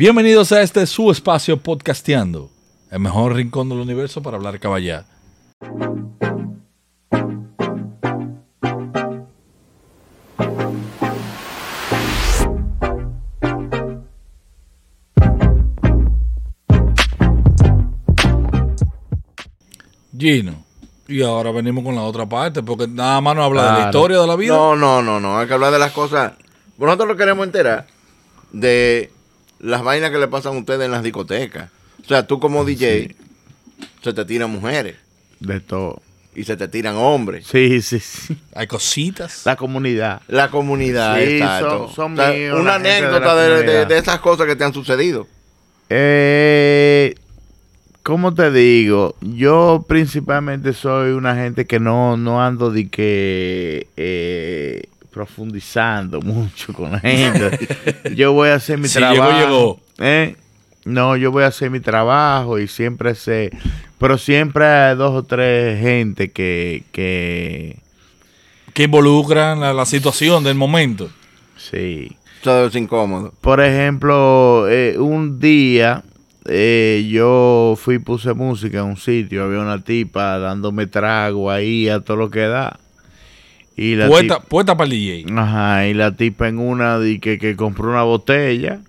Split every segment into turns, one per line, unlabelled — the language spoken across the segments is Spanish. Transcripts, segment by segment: Bienvenidos a este su espacio podcasteando, el mejor rincón del universo para hablar caballá. Gino, y ahora venimos con la otra parte, porque nada más nos habla de la
Claro.
historia de la vida.
No, no, no, no. Hay que hablar de las cosas. Nosotros lo queremos enterar de las vainas que le pasan a ustedes en las discotecas. O sea, tú
Ah,
como DJ, se te tiran mujeres
De todo.
y se te tiran hombres.
Sí, sí, sí.
Hay cositas.
La comunidad.
La comunidad,
Sí,
exacto.
son- son
O sea,
míos,
una
la gente de la
anécdota de, de-
comunidad.
de esas cosas que te han sucedido.
Eh, ¿Cómo te digo? Yo principalmente soy una gente que no, no ando de que eh, profundizando mucho con la gente. yo voy a hacer mi
Si llegó,
trabajo.
llegó.
¿eh? No, yo voy a hacer mi trabajo y siempre sé. Pero siempre hay dos o tres gente que, que
que involucran la, la situación del momento.
sí.
O sea, es incómodo.
Por ejemplo, eh, un día eh, yo fui y puse música en un sitio, había una tipa dándome trago ahí a todo lo que da. Y la
Puesta, puesta para el DJ.
tipa, ajá, y la tipa en una di que, que compró una botella.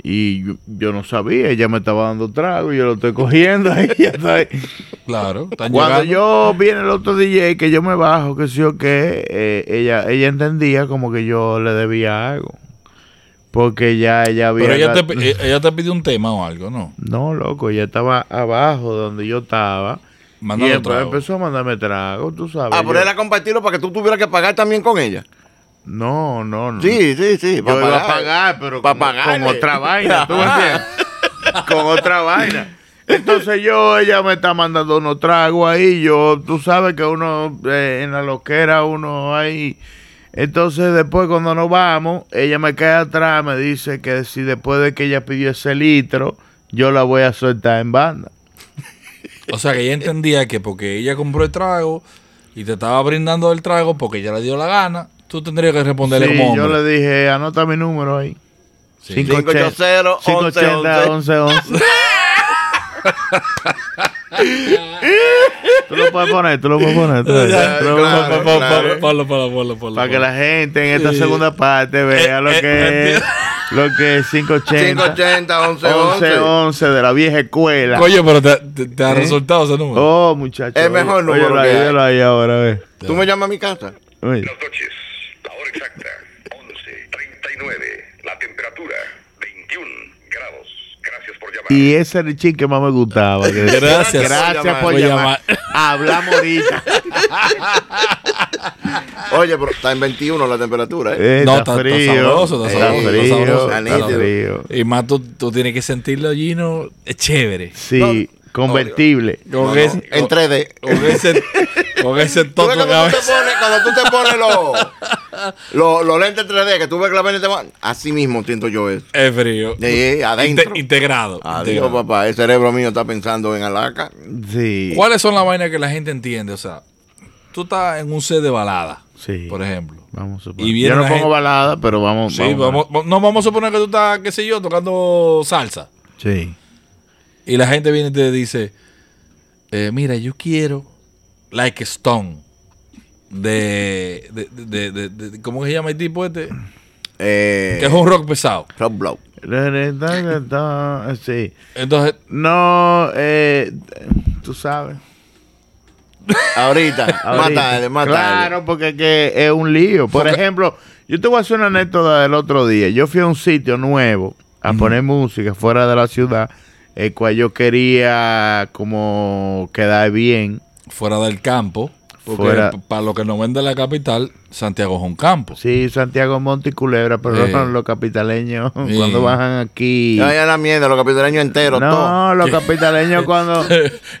Y yo, yo no sabía, ella me estaba dando trago y yo lo estoy cogiendo ahí. ya está ahí.
Claro. Están
Cuando
llegando.
yo viene el otro DJ que yo me bajo, que sí o qué, eh, ella, ella entendía como que yo le debía algo. Porque ya ella había.
Pero ella te,
ga-
pi- eh, ella te pidió un tema o algo, ¿no?
No, loco, ella estaba abajo donde yo estaba. y pues,
Mandando
después
trago.
empezó a mandarme trago, tú sabes.
Ah,
yo-
pero era compartirlo para que tú tuvieras que pagar también con ella.
No, no, no.
Sí, sí, sí.
Mm. yo
para
iba a pagar, eh. pero
Para
con, con
pagarle.
otra vaina, ¿tú me entiendes? con otra vaina. Entonces yo, ella me está mandando unos tragos ahí, yo, tú sabes que uno eh, en la loquera, uno ahí. Entonces después cuando nos vamos, ella me cae atrás, me dice que si después de que ella pidió ese litro, yo la voy a soltar en banda.
O sea, que ella entendía que porque ella compró el trago y te estaba brindando el trago porque ella le dio la gana, tú tendrías que responderle
Sí,
como
yo
hombre.
le dije, anota mi número ahí.
Sí.
580,
580, 11. Tú lo puedes poner, tú lo puedes poner. tú lo puedes poner.
Ya, claro,
Pa- pa- pa-
claro.
pa- Ponlo, ponlo, ponlo, ponlo,
Para que
ponlo.
la gente en esta
Sí.
segunda parte vea
Eh,
lo
eh,
que es,
entiendo.
lo que es 580,
580, 11,
11,
11.
11 de la vieja escuela.
Coño, pero te, te- te ha
¿Eh?
resultado ese número.
Oh, muchachos.
El mejor número
Óyelo ahí,
que hay.
óyelo ahí ahora, ve.
Tú me llamas a mi casa.
Oye.
Buenas noches. La hora exacta, 11.39. La temperatura, 21 grados. Gracias por llamar.
Y ese era el chin que más me gustaba. que decía,
Gracias.
Gracias por
Por
llamar.
llamar.
Hablamos ahorita.
Oye, pero está en 21 la temperatura, ¿eh?
Eh,
No, está- está sabroso, está
sabroso, está
frío,
sabroso.
está
Nítido.
frío.
Y más tú, tú tienes que sentirlo, Gino. Es chévere.
Sí, convertible.
Con,
No, no,
ese,
en 3D.
con ese, con ese
¿Tú
toto
ves
de
cuando, tú
cabeza.
te pones, cuando tú te pones los los- los lentes 3D, que tú ves que la vaina te va... Así mismo siento yo eso.
Es frío.
De ahí, adentro.
Inte- integrado.
Adiós,
integrado.
papá. El cerebro mío está pensando en Alaska.
Sí.
¿Cuáles son las vainas que la gente entiende? O sea, tú estás en un set de balada,
Sí.
por ejemplo.
Vamos a
Y
suponer.
viene
Yo no
la
pongo
gente-
balada, pero vamos.
Sí, vamos, va- no vamos a suponer que tú estás, qué sé yo, tocando salsa.
Sí.
Y la gente viene y te dice, eh, mira, yo quiero Like a Stone. De, de, de- de- de- de- ¿Cómo que se llama el tipo este?
Eh,
Que es un rock pesado.
Roblox.
Sí.
Entonces,
No, eh, tú sabes.
Ahorita.
Ahorita.
mátale, mátale.
Claro, porque es, que es un lío. Por
Porque-
ejemplo, yo te voy a hacer una anécdota del otro día. Yo fui a un sitio nuevo a poner música fuera de la ciudad, el cual yo quería como quedar bien.
fuera del campo, porque
Fuera.
pa- para lo que nos vende la capital, Santiago es un campo.
Sí, Santiago Monte y Culebra, pero
Eh.
los capitaleños
Eh.
cuando bajan aquí...
No hay a la mierda, los capitaleños enteros, todo.
No, los capitaleños cuando...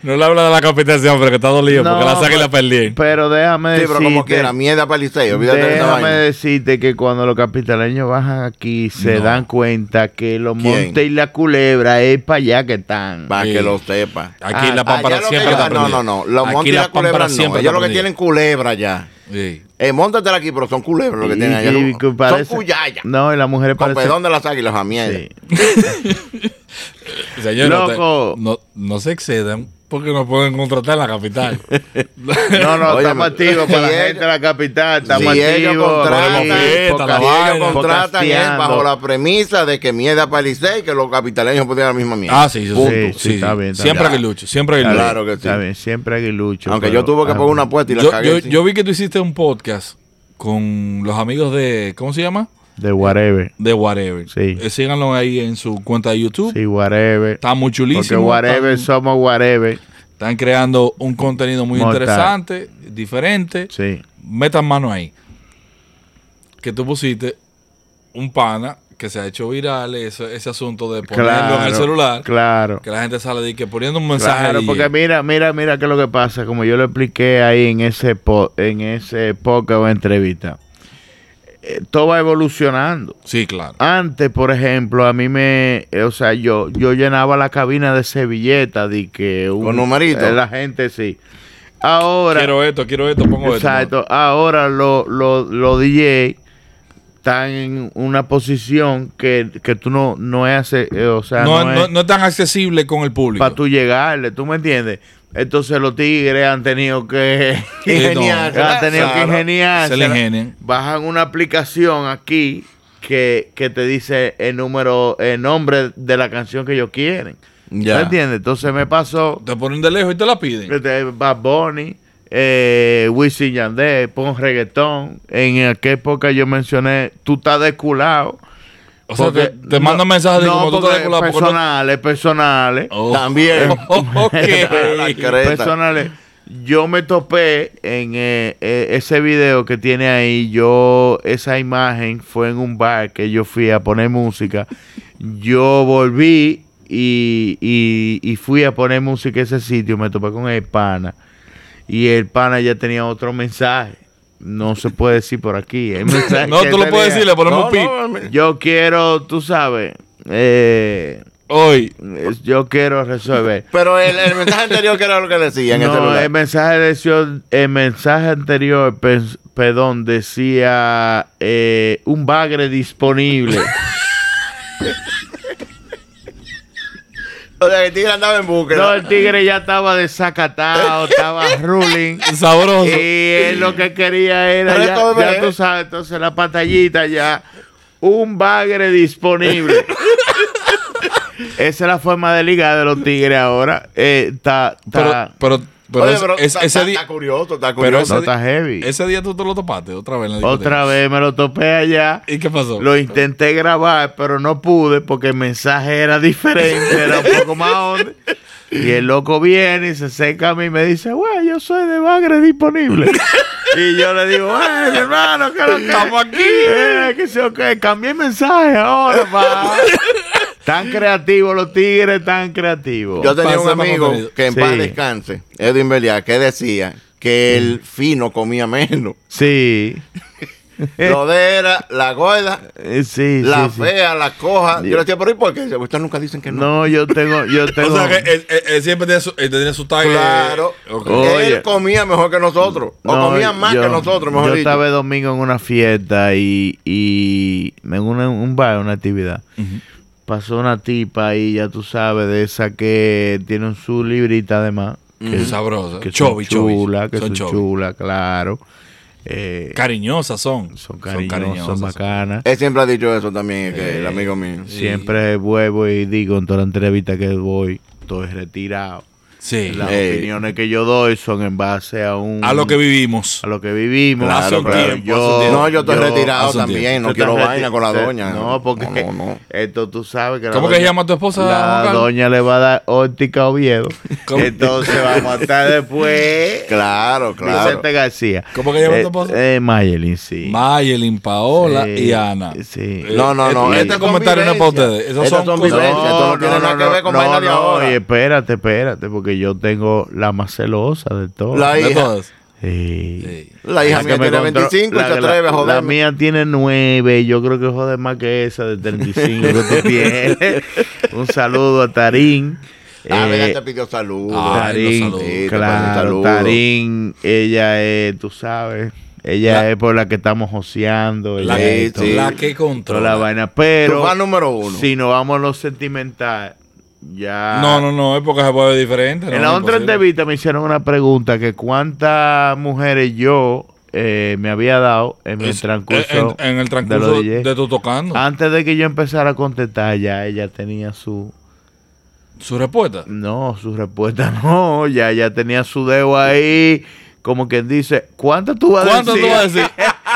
no le habla de la capital siempre, que está dolido,
No,
porque la saca y la perdí.
Pero déjame
Sí,
decirte...
pero como quiera, mierda para el liceo. Olvídate de esa
Déjame
vaina.
decirte que cuando los capitaleños bajan aquí se
No.
dan cuenta que los
¿Quién?
montes y la culebra es para allá que están.
Para
Sí.
que lo sepa.
Aquí
Ah,
la
Allá
pámpara
lo que
siempre
ellos-
está
no, no,
prendida.
no. Los
Aquí
montes y la culebra
pámpara
no.
siempre
Ellos
está
lo que tienen
prendida.
culebra ya.
Sí.
Eh, móntatela aquí, pero son culebros lo que
Y-
tienen allá.
y- que
Son
parece-
cuyayas.
No, y las mujeres
Con
parecen.
perdón de las águilas, a mierda.
Sí.
Señor, no te-
Loco.
No, no se excedan porque nos pueden contratar en la capital.
No, no,
Óyeme.
estamos activos para la
Si
gente de la capital.
Si
Estamos
ellos
activos.
contratan,
ponemos fiesta, la
si
vaina.
ellos contratan es
Focasteando.
bajo la premisa de que mierda para el Licey, que los capitaleños podían la misma mierda.
ah, sí, sí,
Punto.
sí,
Sí, sí, está bien, está
siempre
bien.
aguilucho, siempre
Está
aguilucho.
bien,
Claro que
está
sí.
bien, siempre aguilucho.
Aunque
pero-
yo tuve que
ah,
poner una apuesta y la
Yo,
cagué.
yo-
sí.
yo vi que tú hiciste un podcast con los amigos de, ¿cómo se llama?
De whatever.
De Whatever.
Sí.
Eh, síganlo ahí en su cuenta de YouTube.
Sí, whatever.
Está muy
Porque
chulísimo.
whatever
están,
somos whatever.
están creando un contenido muy
Mortal.
interesante, diferente.
Sí.
Metan mano ahí. Que tú pusiste un pana que se ha hecho viral ese, ese asunto de ponerlo
Claro.
en el celular.
Claro.
Que la gente sale de que poniendo un mensaje. eh.
Claro,
de
porque
G.
mira, mira, mira qué es lo que pasa, como yo lo expliqué ahí en ese po- en ese podcast o entrevista. Eh, todo va evolucionando.
Sí, claro.
Antes, por ejemplo, a mí me, eh, o sea, yo yo llenaba la cabina de servilleta de que un,
Con numerito.
eh, la gente sí. Ahora
quiero esto, quiero esto, pongo
Exacto. Ahora los lo, lo DJ están en una posición que, que tú no, no es, hace- eh, o sea,
esto. No,
no,
no,
es
no es tan accesible con el público.
para tú llegarle, ¿tú me entiendes? Entonces los tigres han tenido que
Ingeniar,
han tenido que
claro.
ingeniarse.
Se le ingenian.
Bajan una aplicación aquí que, que te dice el número, el nombre de la canción que ellos quieren.
Ya.
¿Me entiendes? Entonces me pasó
Te ponen de lejos y te la piden.
este, Bad Bunny, eh, Wisin Yandel, pon reggaetón. En aquella época yo mencioné, tú estás desculado.
O sea,
Porque-
te, te mandan mensajes de
no,
como tú
porque
estás de culo, porque no-
personales, personales.
Oh.
También.
ok.
La cara. Creta.
personales. Yo me topé en eh, eh, ese video que tiene ahí. Yo, esa imagen fue en un bar que yo fui a poner música. Yo volví y, y- y fui a poner música a ese sitio. Me topé con el pana. Y el pana ya tenía otro mensaje. No se puede decir por aquí. El mensaje
No,
que
tú lo
tenía,
puedes pues. decir, le ponemos
No,
un pip.
no, mami.
Yo quiero, tú sabes, eh,
Hoy.
eh, yo quiero resolver.
pero el, el mensaje anterior, que era lo que decía en este el
No, eh,
celular?
el mensaje, decio- el mensaje anterior, pe- perdón, decía eh, un bagre disponible.
O sea, que el tigre andaba en búsqueda.
no, el tigre ya estaba desacatado, estaba ruling.
Sabroso.
Y él lo que quería era,
Pero
ya,
esto
ya
es-
tú sabes, entonces la pantallita ya, un bagre disponible. Esa es la forma de ligar de los tigres ahora. Eh, Está,
pero,
está,
pero, pero
Oye,
es-
pero
es-
está,
ese
está-
día.
está curioso, está
Pero
curioso.
ese,
no,
día-
está heavy.
ese día tú te lo topaste otra vez en la
Otra vez me lo topé allá.
¿Y qué pasó?
Lo intenté grabar, pero no pude porque el mensaje era diferente, era un poco más hondo. Y el loco viene y se acerca a mí y me dice, güey, yo soy de Bagre disponible. y yo le digo, güey, mi hermano, que lo que
Estamos aquí.
Eh, que sé yo qué, cambié el mensaje ahora, pa. tan creativos los tigres, tan creativos.
Yo tenía un
Pasamos
amigo
contenido.
que en
Sí.
paz descanse, Edwin Belial, que decía que
Mm.
el fino comía menos.
Sí. Eh,
Lo de era la gorda,
eh, sí,
la
sí, sí.
fea, la coja. Yo
Dios.
le decía, pero ¿y por qué? Dice, Ustedes nunca dicen que no.
No, yo tengo, yo tengo.
O sea que él, él- él siempre tiene su, él tenía su tag. eh,
Claro.
ok.
Oye.
Él comía mejor que nosotros. O
No,
comía más
yo-
que nosotros, mejor
Yo
dicho.
estaba el domingo en una fiesta y, y en una- un bar, una actividad.
Ujú.
Pasó una tipa ahí, ya tú sabes, de esa que tienen su librita además.
Mm,
Que,
Sabrosa.
que
Chovi,
son
chovi.
chula, que
Son
son,
chovi.
chula, claro. Eh,
Cariñosas son.
son cariñosas, son, bacanas.
Él siempre ha dicho eso también, que
Eh,
el amigo mío.
Siempre vuelvo y digo en toda la entrevista que voy, estoy retirado.
Sí.
Las
Ey.
opiniones que yo doy son en base a un...
A lo que vivimos.
a lo que vivimos.
Claro, Hace un
pero
tiempo, hace un tiempo.
no, yo estoy retirado
hace un
también.
tiempo.
No
Tú estás
quiero
reti-
vaina con la
te-
doña.
No, porque
No,
es que
no, no.
esto tú sabes que la
¿Cómo que se llama tu esposa, Juan
La
Carlos?
doña le va a dar óptica a Oviedo.
¿Cómo?
Entonces vamos a estar después.
Claro, claro.
Vicente García.
¿Cómo que llama tu
Eh,
esposa?
Eh, Mayelin, sí.
Mayelin, Paola
Sí,
y Ana.
Sí.
No, no, no.
Este
estas son
comentario no es para
vivencias.
ustedes. Esas
Estas
son
son
cosas-
vivencias, esto no tiene nada que ver con vaina de ahora.
y espérate, espérate, porque yo tengo la más celosa de todas.
La
De
hija.
todas.
Sí.
Sí.
La hija
La que
mía
me
tiene
encontró-
25 y
la-
se atreve
la- La
a joderme.
mía tiene 9, yo creo que jode más que esa de 35 que tú tienes. Un saludo a Tarín.
Ah,
Eh,
mira, te pidió salud.
Ah, Ay, los
Tarín,
saludos.
Sí, te pidió
claro,
saludos.
Tarín, ella es, tú sabes, Ella es por la que estamos joseando.
La,
ella
Sí,
Pues
que-
es todo-
sí.
la que
toda
controla.
la vaina. Pero
Tu fan número uno.
si nos vamos a lo sentimental, ya.
No, no, no, es porque se puede ver diferente. no,
en la otra
imposible.
entrevista me hicieron una pregunta que cuántas mujeres yo eh, me había dado en el
Es- eh,
transcurso,
en, en el
de Ah. los
transcurso de,
DJs.
tu tocando.
Antes de que yo empezara a contestar, ya ella tenía su...
Su respuesta.
No, su respuesta no, ya ella tenía su dedo ahí, como quien dice, ¿cuánto tú vas a
¿Cuánto
decir?
tú vas a decir?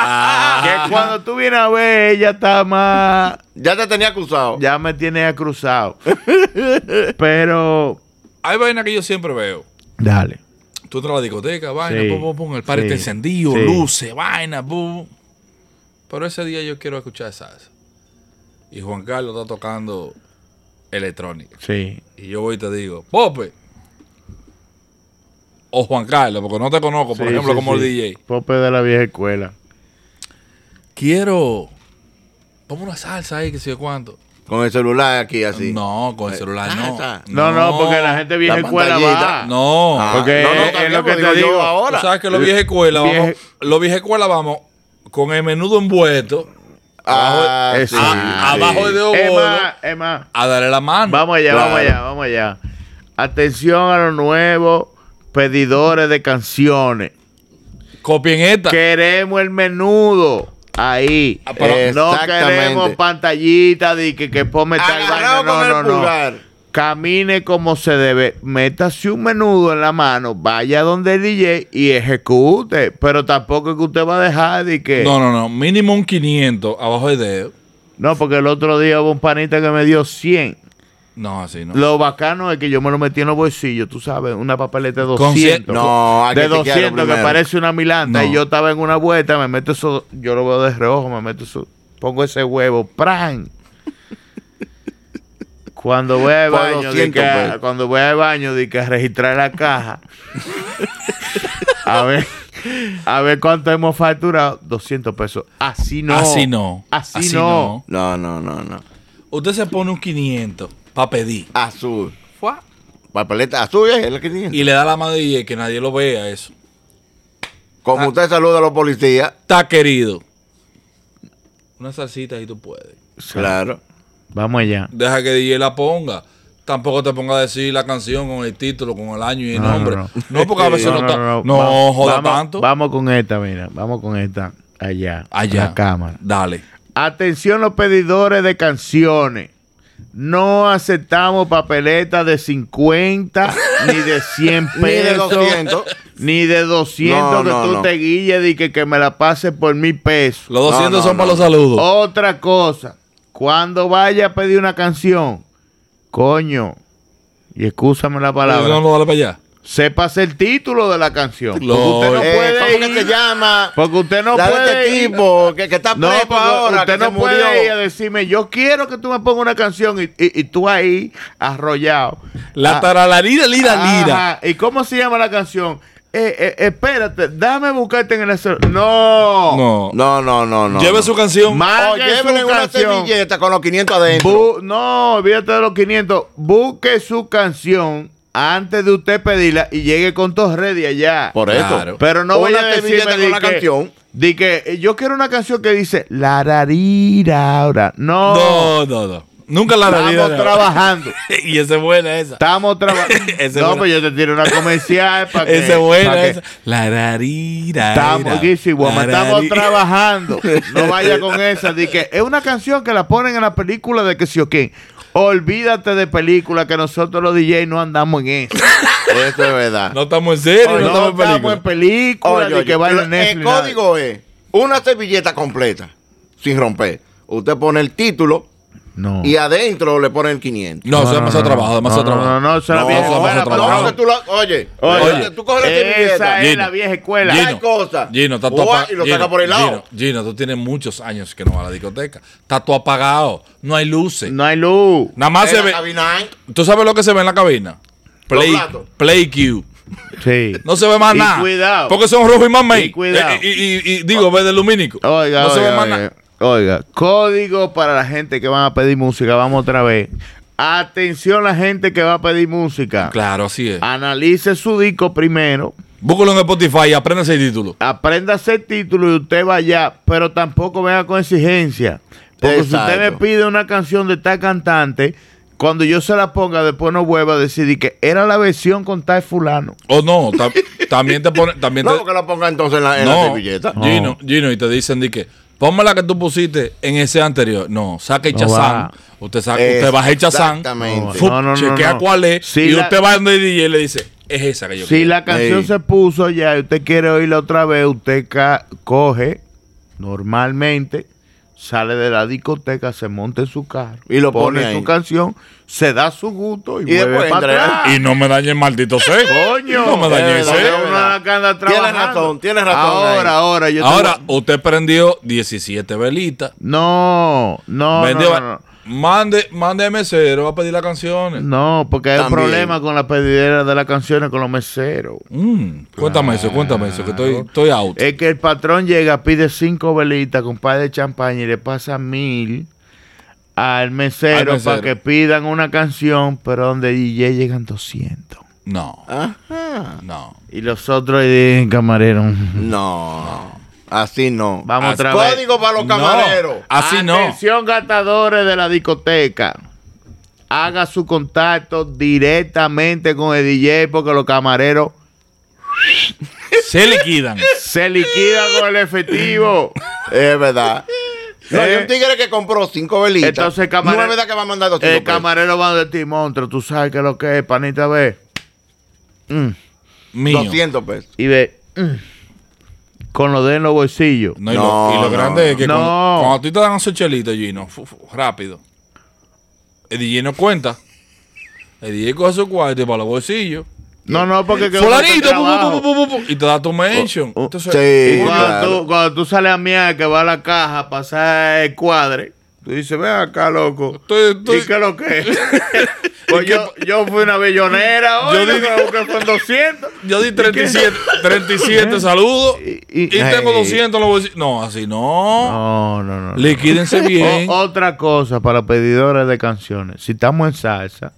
Ah.
Que cuando tú vienes a ver, ella está más...
Ya te tenía acusado.
Ya me tiene cruzado. Pero...
Hay vaina que yo siempre veo.
Dale.
Tú entras a la discoteca, vaina,
Sí,
pum, pum, pum, el party
sí,
está encendido,
sí.
luces, vaina, pum. Pero ese día yo quiero escuchar salsa. Y Juan Carlos está tocando electrónica.
Sí.
Y yo voy y te digo, Pope. O Juan Carlos, porque no te conozco, por
Sí,
ejemplo,
sí,
como
sí.
el DJ.
Pope de la vieja escuela.
Quiero. Ponme una salsa ahí, que sé yo cuánto.
Con el celular aquí así. Eh, ah,
No, con el celular no.
salsa.
No, no, porque la gente vieja
La
escuela va.
pantallita.
No.
Ah,
Porque
no, no,
es
también,
lo que
pues,
te
digo yo
digo.
ahora.
Tú sabes que los vieja escuela vamos,
Vieje-
los vieja escuela vamos con el menudo envuelto
Ah,
Abajo-
sí,
eso,
sí.
abajo de-
Emma, Emma,
a darle la mano.
vamos allá,
Claro.
vamos allá, vamos allá. Atención a los nuevos pedidores de canciones.
Copien esta.
Queremos el menudo ahí. Eh,
Ah, pero-
no
Exactamente.
queremos pantallita de que, que pome tal vaina.
Agarrado con
No, no,
el
no.
pulgar.
Camine como se debe. Métase un menudo en la mano. Vaya donde el DJ y ejecute. Pero tampoco es que usted va a dejar de que.
No, no, no. Mínimo un 500 abajo del dedo.
No, porque el otro día hubo un panita que me dio 100.
No, así no.
Lo bacano es que yo me lo metí en los bolsillos, tú sabes, una papeleta de
Con cien-
200.
No, hay que
de
chequearlo
200 que
primero.
parece una milanta.
No.
Y yo estaba en una vuelta, me meto eso, yo lo veo de reojo, me meto eso, pongo ese huevo, ¡pran! Cuando voy al
Por
baño,
200
di que, a-
pues.
pesos.
cuando voy al baño, di que a registrar la caja. a ver. A ver cuánto hemos facturado, 200 pesos. Así no.
Así no.
Así, no.
No, no, no, no.
Usted se pone un 500 para pedir.
Azul. Papeleta azul eh, es la que tiene.
Y le da la mano y que nadie lo vea eso.
Como usted saluda a los policías,
Está querido. Una salsita y tú puedes.
claro.
Vamos allá.
Deja que DJ la ponga. Tampoco te ponga a decir la canción con el título, con el año y el
No, no,
nombre. No,
no.
porque a veces no, está- no,
Va-
joda
vamos,
tanto.
Vamos con esta, mira. Vamos con esta. Allá.
Allá.
La cámara.
Dale.
Atención los pedidores de canciones. No aceptamos papeletas de 50 ni de 100 pesos.
Ni de 200.
ni de 200
No,
que
no,
tú
no.
te guilles y que, que me la pases por mil pesos.
Los 200
no,
son
no.
para los saludos.
Otra cosa, cuando vaya a pedir una canción, coño, y excúsame la palabra,
No, no, dale para allá.
sepas el título de la canción.
Lo-
Porque usted no
Eh,
puede
¿Cómo
ir-
que se llama?
porque usted no
la de
puede
este
ir-
tipo que, que está
No,
preso
porque
ahora,
usted
que
no
se murió.
puede ir a decirme, yo quiero que tú me pongas una canción y, y- y tú ahí arrollado.
La
Ah,
taralarira, lira, lira.
ajá, ¿Y cómo se llama la canción? Eh, eh, espérate, dame buscarte en el celular. No.
No.
No, no, no, no.
Lleve
no.
su canción.
O
Marque su
llévenle una
canción.
servilleta con los 500 adentro.
Bu- no, olvídate de los 500. Busque su canción antes de usted pedirla y llegue con todos ready allá.
Por
Claro.
eso.
Pero no
O
voy
una
a
servilleta
decirme
con
de
una
que,
canción.
de que eh, yo quiero una canción que dice la rarira ahora. No.
No, no, no. Nunca la
Estamos
realidad.
trabajando.
y esa es buena esa.
Estamos trabajando.
Ese es
no,
bueno.
pues yo te tiro una comercial para que.
Esa es
pa'
buena
que-
esa. La rarira.
Estamos, Guisi, Guama, estamos trabajando. No vaya con esa. De que es una canción que la ponen en la película de que si o qué. Olvídate de película que nosotros los DJ no andamos en eso.
Eso es verdad.
No estamos en serio,
No,
no, estamos en
estamos
película.
en película
Oye,
ni
oye,
que baila en
pero
Netflix.
el
nada.
código es una servilleta completa, sin romper. Usted pone el título
No.
y adentro le pone el 500.
No, eso es demasiado trabajo, demasiado
no, no,
trabajo.
No, no, eso es la
No,
vieja
eso es
escuela.
demasiado
no,
trabajo.
que tú la- oye,
Oye,
oye, tú coges la
esa
servilleta.
es
Gino.
la vieja escuela.
Gino,
Hay Pues, cosas.
Gino, está todo
Guay,
apa-
y lo saca por el lado.
Gino, Gino, tú tienes muchos años que no vas a la discoteca. Está todo apagado. No hay luces.
No hay luz.
Nada más
En
se
la
ve.
cabina hay.
¿Tú sabes lo que se ve en la cabina? Play,
platos.
play Q.
Sí.
No se ve más
Y
nada.
cuidado.
Porque son rojos y más Eh,
Y cuidado.
Y, y- y- y- digo, verde lumínico.
Oiga,
no se ve
oiga,
más
oiga,
nada.
Oiga, código para la gente que van a pedir música. Vamos otra vez. Atención la gente que va a pedir música.
Ah.
Claro, así es.
Analice su disco primero.
Búscalo en Spotify y apréndase el título.
Apréndase el título y usted vaya, pero tampoco venga con exigencia. Porque si usted
Exacto.
me pide una canción de tal cantante, cuando yo se la ponga, después no vuelva a decir y que era la versión con tal fulano.
O no, ta- también te pone. También te-
No, que la ponga entonces en la, en la
no,
servilleta.
Gino, Gino, y te dicen de que ponme la que tú pusiste en ese anterior. No, saca el
No
chazán.
va.
Usted, saca, usted baja el chazán.
Exactamente.
fup,
No, no, no,
chequea
no.
cuál es.
Si
y
la-
usted va donde el DJ y le dice, es esa que yo
Si
quiero".
la canción
Ey.
se puso ya y usted quiere oírla otra vez, usted ca- coge normalmente, sale de la discoteca, se monta en su carro
Y lo pone
su
ahí.
canción, se da su gusto y, vuelve
Y después entra.
para atrás.
Y no me dañe el maldito ser.
Coño,
No me dañe
es
ese.
verdad,
Uno anda que anda
Tienes
trabajando.
razón, tienes razón
Ahora,
ahí.
ahora, yo te
Ahora,
voy-
usted prendió 17 velitas.
No, no, no,
vendió-
no, no.
Mande, mande mesero a pedir las canciones.
No, porque hay un
También.
problema con la pedidera de las canciones con los meseros.
Mm, cuéntame eso, cuéntame eso, que estoy, estoy out.
Es que el patrón llega, pide cinco velitas con par de champaña y le pasa mil al mesero,
Al mesero.
para que pidan una canción, pero donde DJ llegan 200.
No,
Ajá.
no.
Y los otros dicen, camarero,
No. Así no.
vamos otra vez.
Código para los
No,
camareros.
así no.
Atención, gastadores de la discoteca. Haga su contacto directamente con el DJ porque los camareros
Se liquidan.
se liquidan con el efectivo.
Es verdad. No, hay
Eh.
un tigre que compró cinco velitas.
Entonces,
No
camarero-
es verdad que va a mandar dos tipos
pues.
El
presos.
camarero va de ti, monstruo. Tú sabes que lo que es, panita, ve. Mm.
Mío.
200 pesos.
Y ve. mm. Con los dedos en los bolsillos.
No, y,
No,
lo, y lo
no,
grande es que
no.
cuando, cuando a ti te dan su chelito, Gino, fu- fu- rápido. El DJ no cuenta. El DJ coge su cuarto y para los bolsillos.
No, no, porque... que
Fulanito,
uno está en
pu- pu-
trabajo.
pu- pu- pu- y te da tu mention.
oh,
Entonces,
sí.
Uh, Y
uno-
Cuando,
claro.
tú, cuando tú sales a mirar que va a la caja a pasar el cuadre, tú dices, ven acá, loco.
Estoy- estoy-
¿Y qué es lo que es? pues yo, yo fui una billonera hoy,
Yo
yo
di-
que fue en 200.
yo di 37, 37 saludos y,
Y- y-
tengo
Ey.
200 en los bolsillos. No, así no.
No, no, oh. no. no.
Liquídense bien.
O- otra cosa para pedidores de canciones. Si estamos en salsa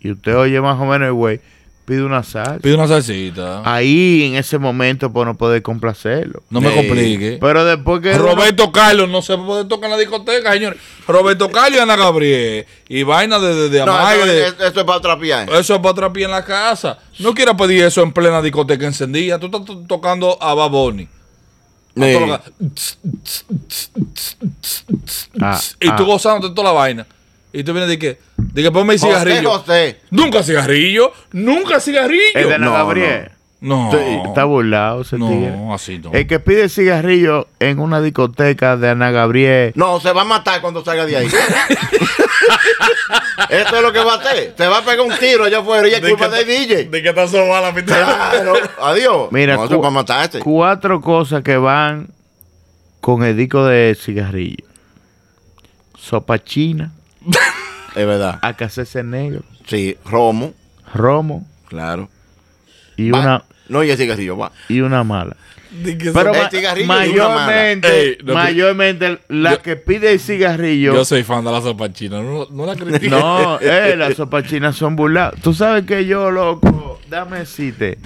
y usted oye más o menos el güey, pide una salsa.
Pide una salsita.
Ahí en ese momento por no poder complacerlo.
No me
Ey.
complique.
Pero después que
Roberto Carlos no se puede tocar en la discoteca, señores. Roberto Carlos y Ana Gabriel. Y vaina de, de, de
No,
Amaya,
esto,
de-
es- esto es para trapear.
Eso es para otra pie en la casa. No quieras pedir eso en plena discoteca encendida. Tú estás to- tocando a Baboni.
Ah,
Y tú
ah.
gozándote toda la vaina. Y tú vienes de que, de que ponme el
José,
cigarrillo.
José.
Nunca cigarrillo. Nunca cigarrillo.
el de Ana
No,
Gabriel
No.
Sí,
está burlado ese tigre.
no, así no.
El que pide cigarrillo en una discoteca de Ana Gabriel.
No, se va a matar cuando salga de ahí. Esto es lo que va a hacer. Se va a pegar un tiro allá afuera y es
De
culpa
que-
del DJ.
De que está soba la mitad.
Claro. Adiós.
Mira,
no, eso es
cu-
para matarte.
Cuatro cosas que van con el disco de cigarrillo. Sopa china,
Es verdad.
acacese negro,
Sí, Romo.
romo
Claro.
y
Va.
una
No, y el cigarrillo, va.
y una mala.
De que
Pero
El
ma-
cigarrillo y una mala.
mayormente,
Ey, no,
mayormente la
yo-
que pide el cigarrillo.
Yo soy fan de la sopa china, no, no la critico.
No, eh, las sopas chinas son burladas. Tú sabes que yo, loco, dame cite.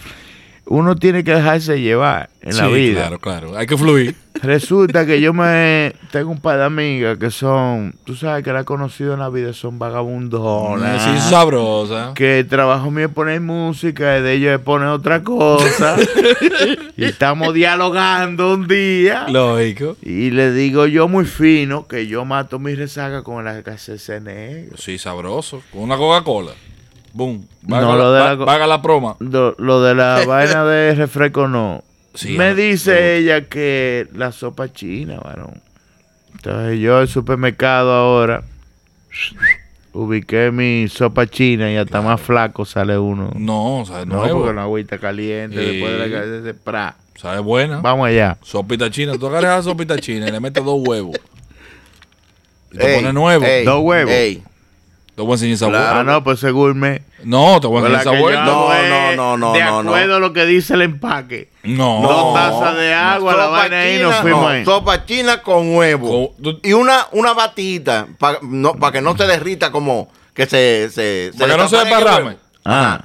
Uno tiene que dejarse llevar en la
Sí,
vida.
Claro, claro. Hay que fluir.
Resulta que yo me tengo un par de amigas que son, tú sabes que la he conocido en la vida, son vagabundonas.
Mm, Sí, sabrosa.
Que el trabajo mío es poner música y de ellos es poner otra cosa. y estamos dialogando un día.
Lógico.
Y le digo yo muy fino que yo mato mis rezagas con la KCC negro.
Sí, sabroso. Con una Coca-Cola. Boom. Vaga,
No, lo de la
la,
co-
va- vaga la broma.
Lo, lo de la vaina de refresco no.
Sí,
Me
no,
dice
me gusta.
ella que la sopa china, varón. Entonces yo al supermercado ahora ubiqué mi sopa china y hasta más flaco sale uno.
No, o sea,
No,
nuevo.
porque una agüita caliente
Sí.
después de la KCC, pra.
Sabe buena.
Vamos allá.
Sopita china. Tú agarras la sopita china y le metes dos huevos. Y te
Ey,
pones nuevo.
ey,
Dos huevos.
ey.
Te voy a enseñar esa
Claro.
Ah,
vuelta.
no, pues según me.
No, te voy a
Pues la
enseñar
que
esa
yo
vuelta.
hago
No,
es
no, no, no,
De
no, no.
acuerdo a lo que dice el empaque.
No.
Dos
No.
tazas de agua, la
Sopa
vaina ahí, nos
china,
fuimos
no,
ahí.
Sopa china con huevo.
Con- tú-
y una, una batita para que no se derrita como que se... se,
Para que no se
desaparezca el
desparrame.
huevo.
Ah.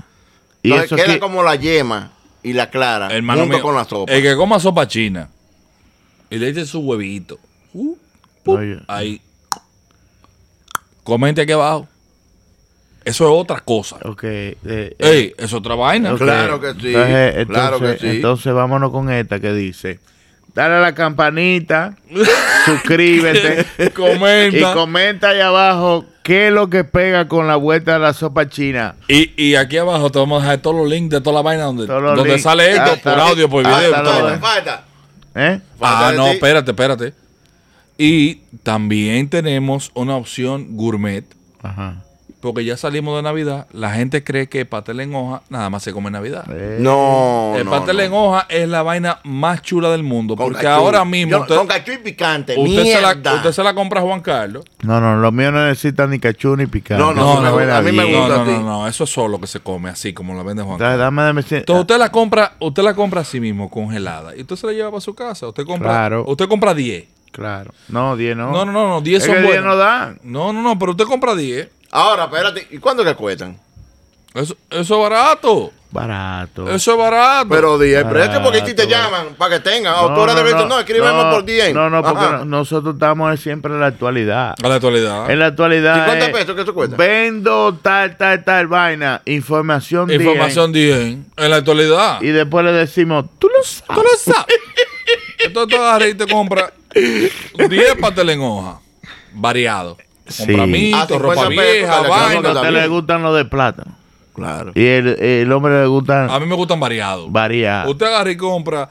Y
Entonces
eso
queda
aquí-
como la yema. y la clara
Hermano
junto
mío,
con la sopa.
El que coma sopa china y le eche su huevito. uh, pup,
Oye.
ahí. Comente aquí abajo. Eso es otra cosa.
Ok. eh, eh,
Ey, es otra vaina.
ok.
Claro que sí,
Entonces,
claro que
entonces-
sí.
entonces vámonos con esta que dice: Dale a la campanita, suscríbete. Y
Comenta.
comenta ahí abajo qué es lo que pega con la vuelta de la sopa china.
Y, y aquí abajo te vamos a dejar todos los links de toda la vaina donde,
Todos los
donde
links.
sale
Ah,
esto,
Hasta-
por audio, por
hasta
video.
la-
todo.
Falta, falta.
¿Eh?
Ah,
Falta de
no,
ti.
espérate, espérate. Y también tenemos una opción gourmet,
Ajá.
porque ya salimos de Navidad. La gente cree que pastel en hoja nada más se come en Navidad.
Eh,
No,
el
no,
pastel
no.
en hoja es la vaina más chula del mundo,
Con
porque
cachú.
ahora mismo
Yo-
usted,
con cachú y picante.
usted se la,
mierda.
usted se la compra a Juan Carlos.
No, no, los míos no necesitan ni cachú ni picante.
No, no,
Eso
no,
huele
a mí me
bien.
No,
gusta
no,
a ti.
no, no, eso es solo que se come así como la vende Juan Carlos.
Entonces, dame de decir-
Entonces usted la compra, usted la compra así mismo congelada y usted se la lleva para su casa. Usted compra,
Claro.
usted compra 10.
ah, Claro. No, 10 no.
No, no, no, no, 10
Es
son
que 10
buenas.
no dan.
No, no, no, pero usted compra 10.
Ahora, espérate. ¿Y cuándo que cuestan?
Eso, eso es barato.
Barato.
Eso es barato.
Pero 10 precios, porque aquí
Ah,
te
tú ves.
llaman para que tengan. O tú eres de no, no, escríbeme
no,
por 10.
No, no, porque
Ajá.
no- nosotros estamos siempre en la actualidad.
a la actualidad.
En la actualidad.
50
es,
Ah. pesos, ¿qué eso cuesta?
Vendo tal, tal, tal vaina. Información, diez.
Información 10. En la actualidad.
Y después le decimos, tú lo sabes.
Tú lo sabes. Entonces tú agarras y te compras 10 pasteles en hoja. Variado.
Sí.
Compra
A 50
ropa
pesos,
vieja,
dale,
Porque
vaina.
a usted
también.
le gustan los de plátano.
Claro.
Y el, el hombre le gustan
A mí me gustan variados.
variados.
Ah, Usted agarra y compra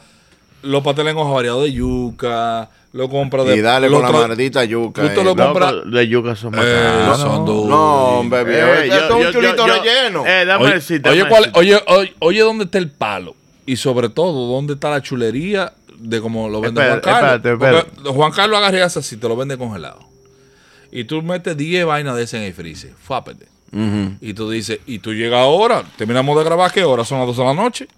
los pasteles en hoja variados de yuca. Lo compra de.
Y dale
lo
con la
tra-
maldita yuca.
Usted
eh.
lo-
No,
compra-
pero de yuca son
Eh,
bacanos.
son duros.
No, hombre, viejo,
Eh,
esto
yo-
es un
yo-
chulito
yo- yo-
relleno.
Eh, dame
Oye,
el sitio,
oye,
dame el
cuál-
sitio.
oye, oye, oye, ¿dónde está el palo? Y sobre todo, ¿dónde está la chulería de cómo lo vende
Espérate,
Juan Carlos?
espérate, espérate.
Porque Juan Carlos agarra y hace así, te lo vende congelado. Y tú metes 10 vainas de ese en el freezer. Fápete.
Ujú.
Y tú dices, y tú llegas ahora, terminamos de grabar, ¿qué hora? Son las 12 de la noche.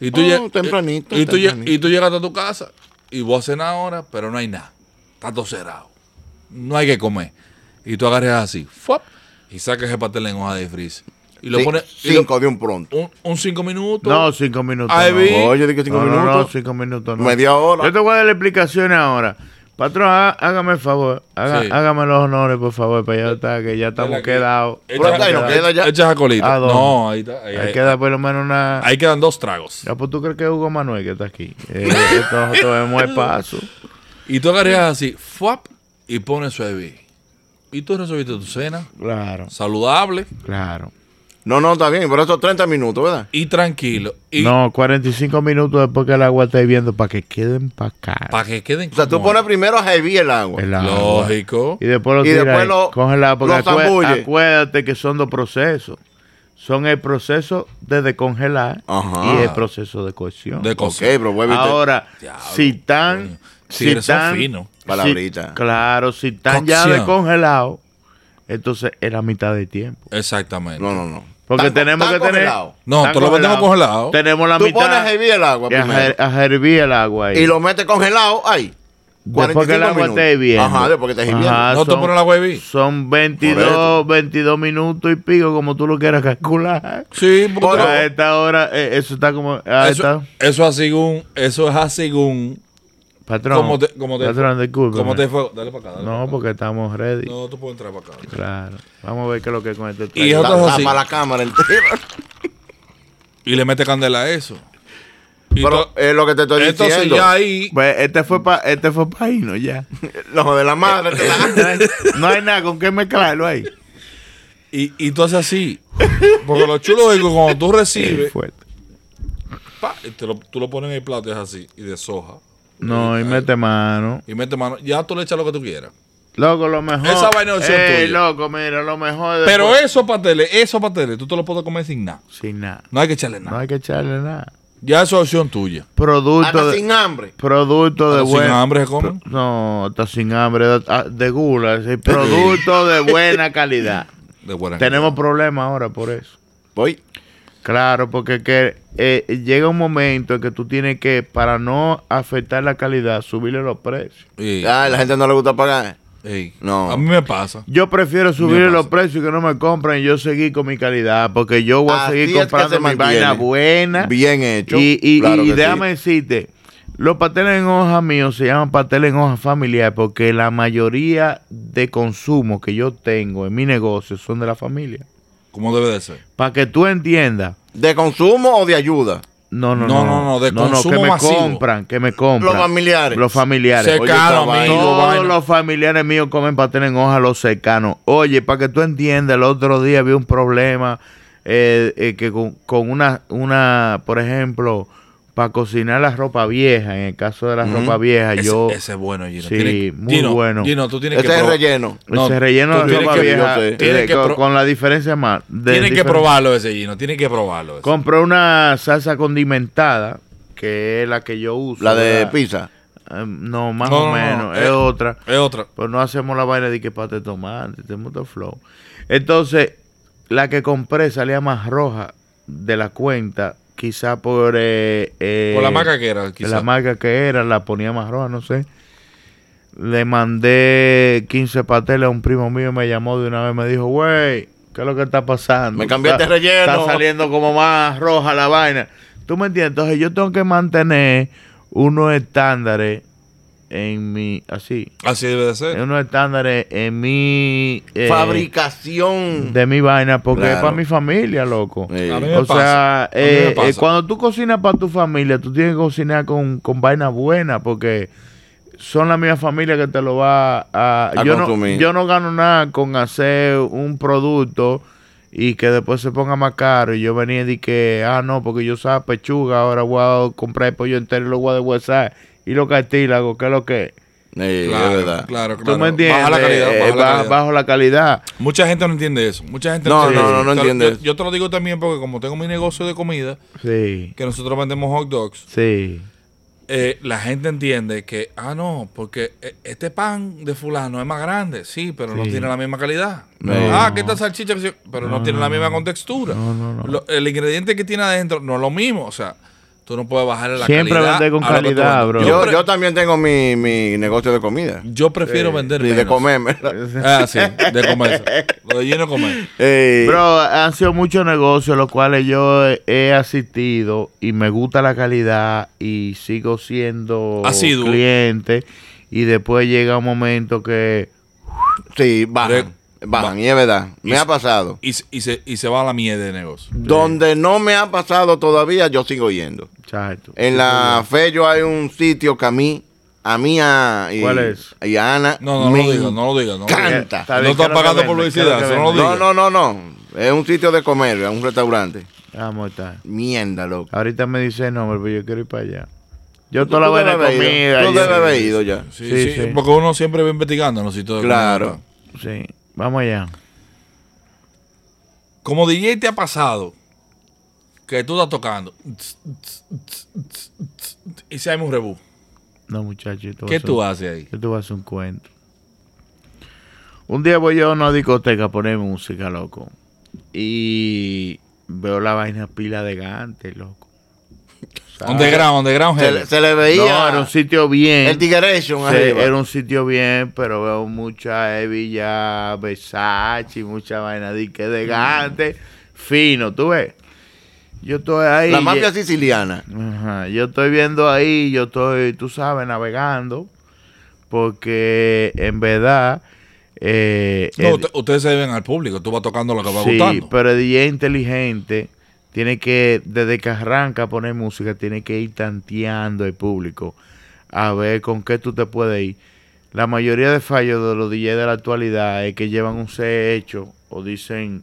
Y tú,
Oh,
lleg-
tempranito,
y, tú lleg-
tempranito.
y tú llegas a tu casa y vos cenas ahora, pero no hay nada. Está todo cerrado. No hay que comer. Y tú agarras así, ¡fuap! y sacas el pastel en hoja de freezer. Y lo
Sí,
pones y lo-
Cinco de un pronto.
un, un cinco minutos.
No, cinco minutos.
Ahí
no.
vi.
Oye, de que cinco
No, no,
minutos.
no, cinco minutos. no.
Media hora.
Yo te voy a dar la explicación ahora. Patrón, há- hágame el favor. haga-
Sí.
Hágame los honores, por favor, para ya está, que ya estamos
Dale aquí.
quedados.
Echa-
Ahí nos queda ya.
Echa esa colita.
¿A dónde?
No, ahí está. Ahí,
Ahí
ahí-
queda por lo menos una.
ahí quedan dos tragos.
Ya, pues tú crees que es Hugo Manuel que está aquí. Eh, esto esto es muy paso.
Y tú agarras así, fuap, y pones su EV. Y tú resolviste tu cena,
Claro,
saludable
claro.
No, no, está bien, pero eso 30 minutos, ¿verdad?
y tranquilo. Y
No, 45 minutos después que el agua esté hirviendo para que quede empacada.
para que queden
O sea, tú
como-
pones primero a hervir el agua.
el agua.
Lógico.
Y después lo
Y
tira
después
ahí.
lo-
Cógela, porque
lo
acue-
zambulle.
acuérdate que son dos procesos. Son el proceso de descongelar
Ajá.
y el proceso de cocción.
De
Ok,
coser.
pero vuelve y te-
Ahora,
Diablo,
si tan...
coño.
Si
Tigres son
tan...
finos.
si-
Palabrita.
claro, si tan ya
Cocción.
descongelado, entonces es la mitad de tiempo.
Exactamente.
No, no, no.
Porque
Tan-
tenemos
tan
que tener...
congelado.
No,
tan
te lo metemos congelado.
Tenemos la
Tú
mitad...
pones a hervir el agua
y a,
primero.
her- a hervir el agua ahí.
Y lo metes congelado ahí.
Después que el
45
agua
minutos.
esté hirviendo.
Ajá, después que esté hirviendo.
Ajá,
No te
son-
pones la hueví.
Son 22, 22 minutos y pico, como tú lo quieras calcular.
Sí, porque
Por-
tú-
a esta hora, eh, eso está como.
eso,
A esta-
eso es según, eso es a según
patrón.
¿Cómo te- cómo te-
patrón, discúlpeme.
cómo te fue. Dale para acá. dale
No,
pa' acá.
porque estamos ready.
no, tú puedes entrar para acá.
Claro. Vamos a ver qué es lo que es con este
Y
trago.
es-
Ta-
Nosotros así.
Tapa la cámara entera.
Y le mete candela a eso. Y
Pero
to-
es lo que te estoy
entonces
diciendo.
ya ahí
Pues, este fue para este fue pa' ahí, ¿no? Ya.
Los de la madre. te la-
no hay nada con qué mezclarlo ahí.
Y, y tú haces así. Porque lo chulo es que cuando tú
Eh,
recibes,
fuerte.
pa, y te lo- tú lo pones en el plato y es así, y de soja.
No, y mete mano.
Y mete mano. Ya tú le echas lo que tú quieras.
Loco, lo mejor.
Esa vaina es
Ey,
tuya.
loco, mira, lo mejor. de-
Pero esos pasteles, esos pasteles, tú te los puedes comer sin nada.
Sin nada.
No hay que echarle
No
nada.
hay que echarle nada.
Ya eso es opción tuya.
Producto
Hasta
de,
sin hambre.
producto de
Pero sin
buen
hambre se comen.
No, está sin hambre, da- ah, de gula, sí, producto de buena calidad.
De buena
Tenemos problemas ahora por eso.
Voy.
Claro, porque que, eh, llega un momento en que tú tienes que, para no afectar la calidad, subirle los precios.
calidad. Y-
Ah, la gente no le gusta pagar.
Ey,
No.
A mí me pasa.
Yo prefiero subir
pasa.
los precios y que no me compren y yo seguir con mi calidad, porque yo voy a
Así
seguir
es que
comprando
se
mi
mantiene.
vaina buena.
Bien hecho.
Y, y-
claro
y
que sí.
déjame decirte, los pasteles en hoja míos se llaman pasteles en hoja familiar porque la mayoría de consumo que yo tengo en mi negocio son de la familia.
Como debe de ser.
Para que tú entiendas.
¿De consumo o de ayuda?
No, no,
No,
no.
no, no, de consumo
que me
masivo.
compran, que me compran.
Los familiares.
Los familiares.
Se
Oye,
caro,
esta
amigo.
Todos
vaina.
los familiares míos comen pastel en hoja, los cercanos. Oye, para que tú entiendas, el otro día vi un problema eh, eh, que con, con una, una, por ejemplo, para cocinar la ropa vieja, en el caso de la ropa vieja,
Ese-
yo...
ese, es bueno, Gino.
Sí,
Tienes-
muy
Gino,
bueno.
Gino, tú tienes
Ese
que
es
probar.
relleno.
no,
se rellena
tú
la
tienes
ropa
que-
vieja
yo sé.
eh,
Tienes que
con,
pro-
con la diferencia más. de
Tienes que
diferen-
probarlo ese, Gino. Tienes que probarlo. ese.
Compré una salsa condimentada, que es la que yo uso.
La de
¿verdad?
pizza.
Eh, no, más
No,
o
no, no,
menos,
no,
es
eh,
otra.
Es otra.
Pero no hacemos la vaina de que para te tomate, tenemos otro flow. Entonces, la que compré salía más roja de la cuenta, quizá por... eh, eh,
Por la marca que era,
de
quizás.
La marca que era, la ponía más roja, no sé. Le mandé 15 pasteles a un primo mío y me llamó de una vez, me dijo, güey, ¿qué es lo que está pasando?
Me cambiaste
Está-
relleno."
Está saliendo como más roja la vaina. ¿Tú me entiendes? Entonces yo tengo que mantener unos estándares en mi... Así,
Así debe de
Eh.
ser.
unos estándares en mi eh,
Fabricación.
de mi vaina porque
Claro.
es para mi familia loco
Sí.
A mí me
o
pasa.
sea
A mí me
eh,
pasa.
eh, cuando tú cocinas para tu familia tú tienes que cocinar con, con vainas buenas porque son la misma familia que te lo va a,
A
yo no
consumir.
yo no gano nada con hacer un producto y que después se ponga más caro y yo venía y di que ah no porque yo usaba pechuga ahora voy a comprar el pollo entero y lo voy a deshuesar y los cartílagos que es lo que
Sí,
Claro,
es verdad.
Claro,
tú
claro.
me entiendes
Baja la calidad.
Eh,
Baja la
ba-
calidad.
bajo la calidad
Mucha gente no entiende eso. Mucha gente
No,
entiende
no,
eso.
no, no
Te lo-
entiende
yo-
eso.
Yo te lo digo también porque como tengo mi negocio de comida,
sí
que nosotros vendemos hot dogs,
Sí.
eh, la gente entiende que, ah, no, porque eh, este pan de fulano es más grande, sí, pero no
Sí.
tiene la misma calidad.
No.
Ah, que esta salchicha, que sí, pero no, tiene la misma contextura.
No, no, no.
Lo- el ingrediente que tiene adentro no es lo mismo, o sea, tú no puedes bajarle la
Siempre
calidad.
vender con
a lo que tú
calidad,
vendes.
bro.
Yo,
Yo,
pre-
yo también tengo mi, mi negocio de comida.
yo prefiero vender
Y de
menos.
comerme.
Ah, sí, de comer. lo de lleno comer.
Eh,
Bro, han sido muchos negocios los cuales yo he- he asistido y me gusta la calidad y sigo siendo
Asiduo.
cliente y después llega un momento que
sí, bajan. Bajan, y es verdad. Me ha pasado.
Y, se- y se, y se va a la mierda de negocio.
Donde no me ha pasado todavía, yo sigo yendo.
chato.
En la fe yo hay un sitio que a mí, a mí a, y,
¿Cuál es?
y a Ana
No, no
me
lo digas, no lo digas. No lo digas.
encanta.
No está pagando publicidad, eso no lo digo.
No, no, no, no. Es un sitio de comer, es un restaurante.
Vamos a estar.
Mierda, loco.
Ahorita me dice el nombre, pero yo quiero ir para allá. Yo
Tú
toda la vaina
debes
de
haber ido,
comida.
Tú
yo-
debes haber ido ya.
Sí, sí,
Sí, sí.
porque uno siempre va investigando en los sitios de
Claro.
comida.
Sí, vamos allá.
Como DJ te ha pasado que tú estás tocando y se hay un rebú.
No, muchachos.
¿Qué tú haces ahí?
Yo te voy a hacer un cuento. Un día voy yo a una discoteca a poner música, loco. Y veo la vaina pila de gante, loco.
Underground, underground.
Se,
heavy.
le- se le
No,
veía
era un sitio bien.
el Tigeration
Sí,
arriba.
era un sitio bien, pero veo mucha hebilla, Versace, mucha vaina de que de gante. Fino, tú ves. Yo estoy ahí.
La mafia siciliana.
Ajá, Yo estoy viendo ahí, yo estoy, tú sabes, navegando, porque en verdad... eh,
No,
el-
usted- ustedes se deben al público. Tú vas tocando lo que va
sí,
gustando.
pero el DJ inteligente tiene que, desde que arranca a poner música, tiene que ir tanteando al público a ver con qué tú te puedes ir. La mayoría de fallos de los DJ de la actualidad es que llevan un set hecho o dicen,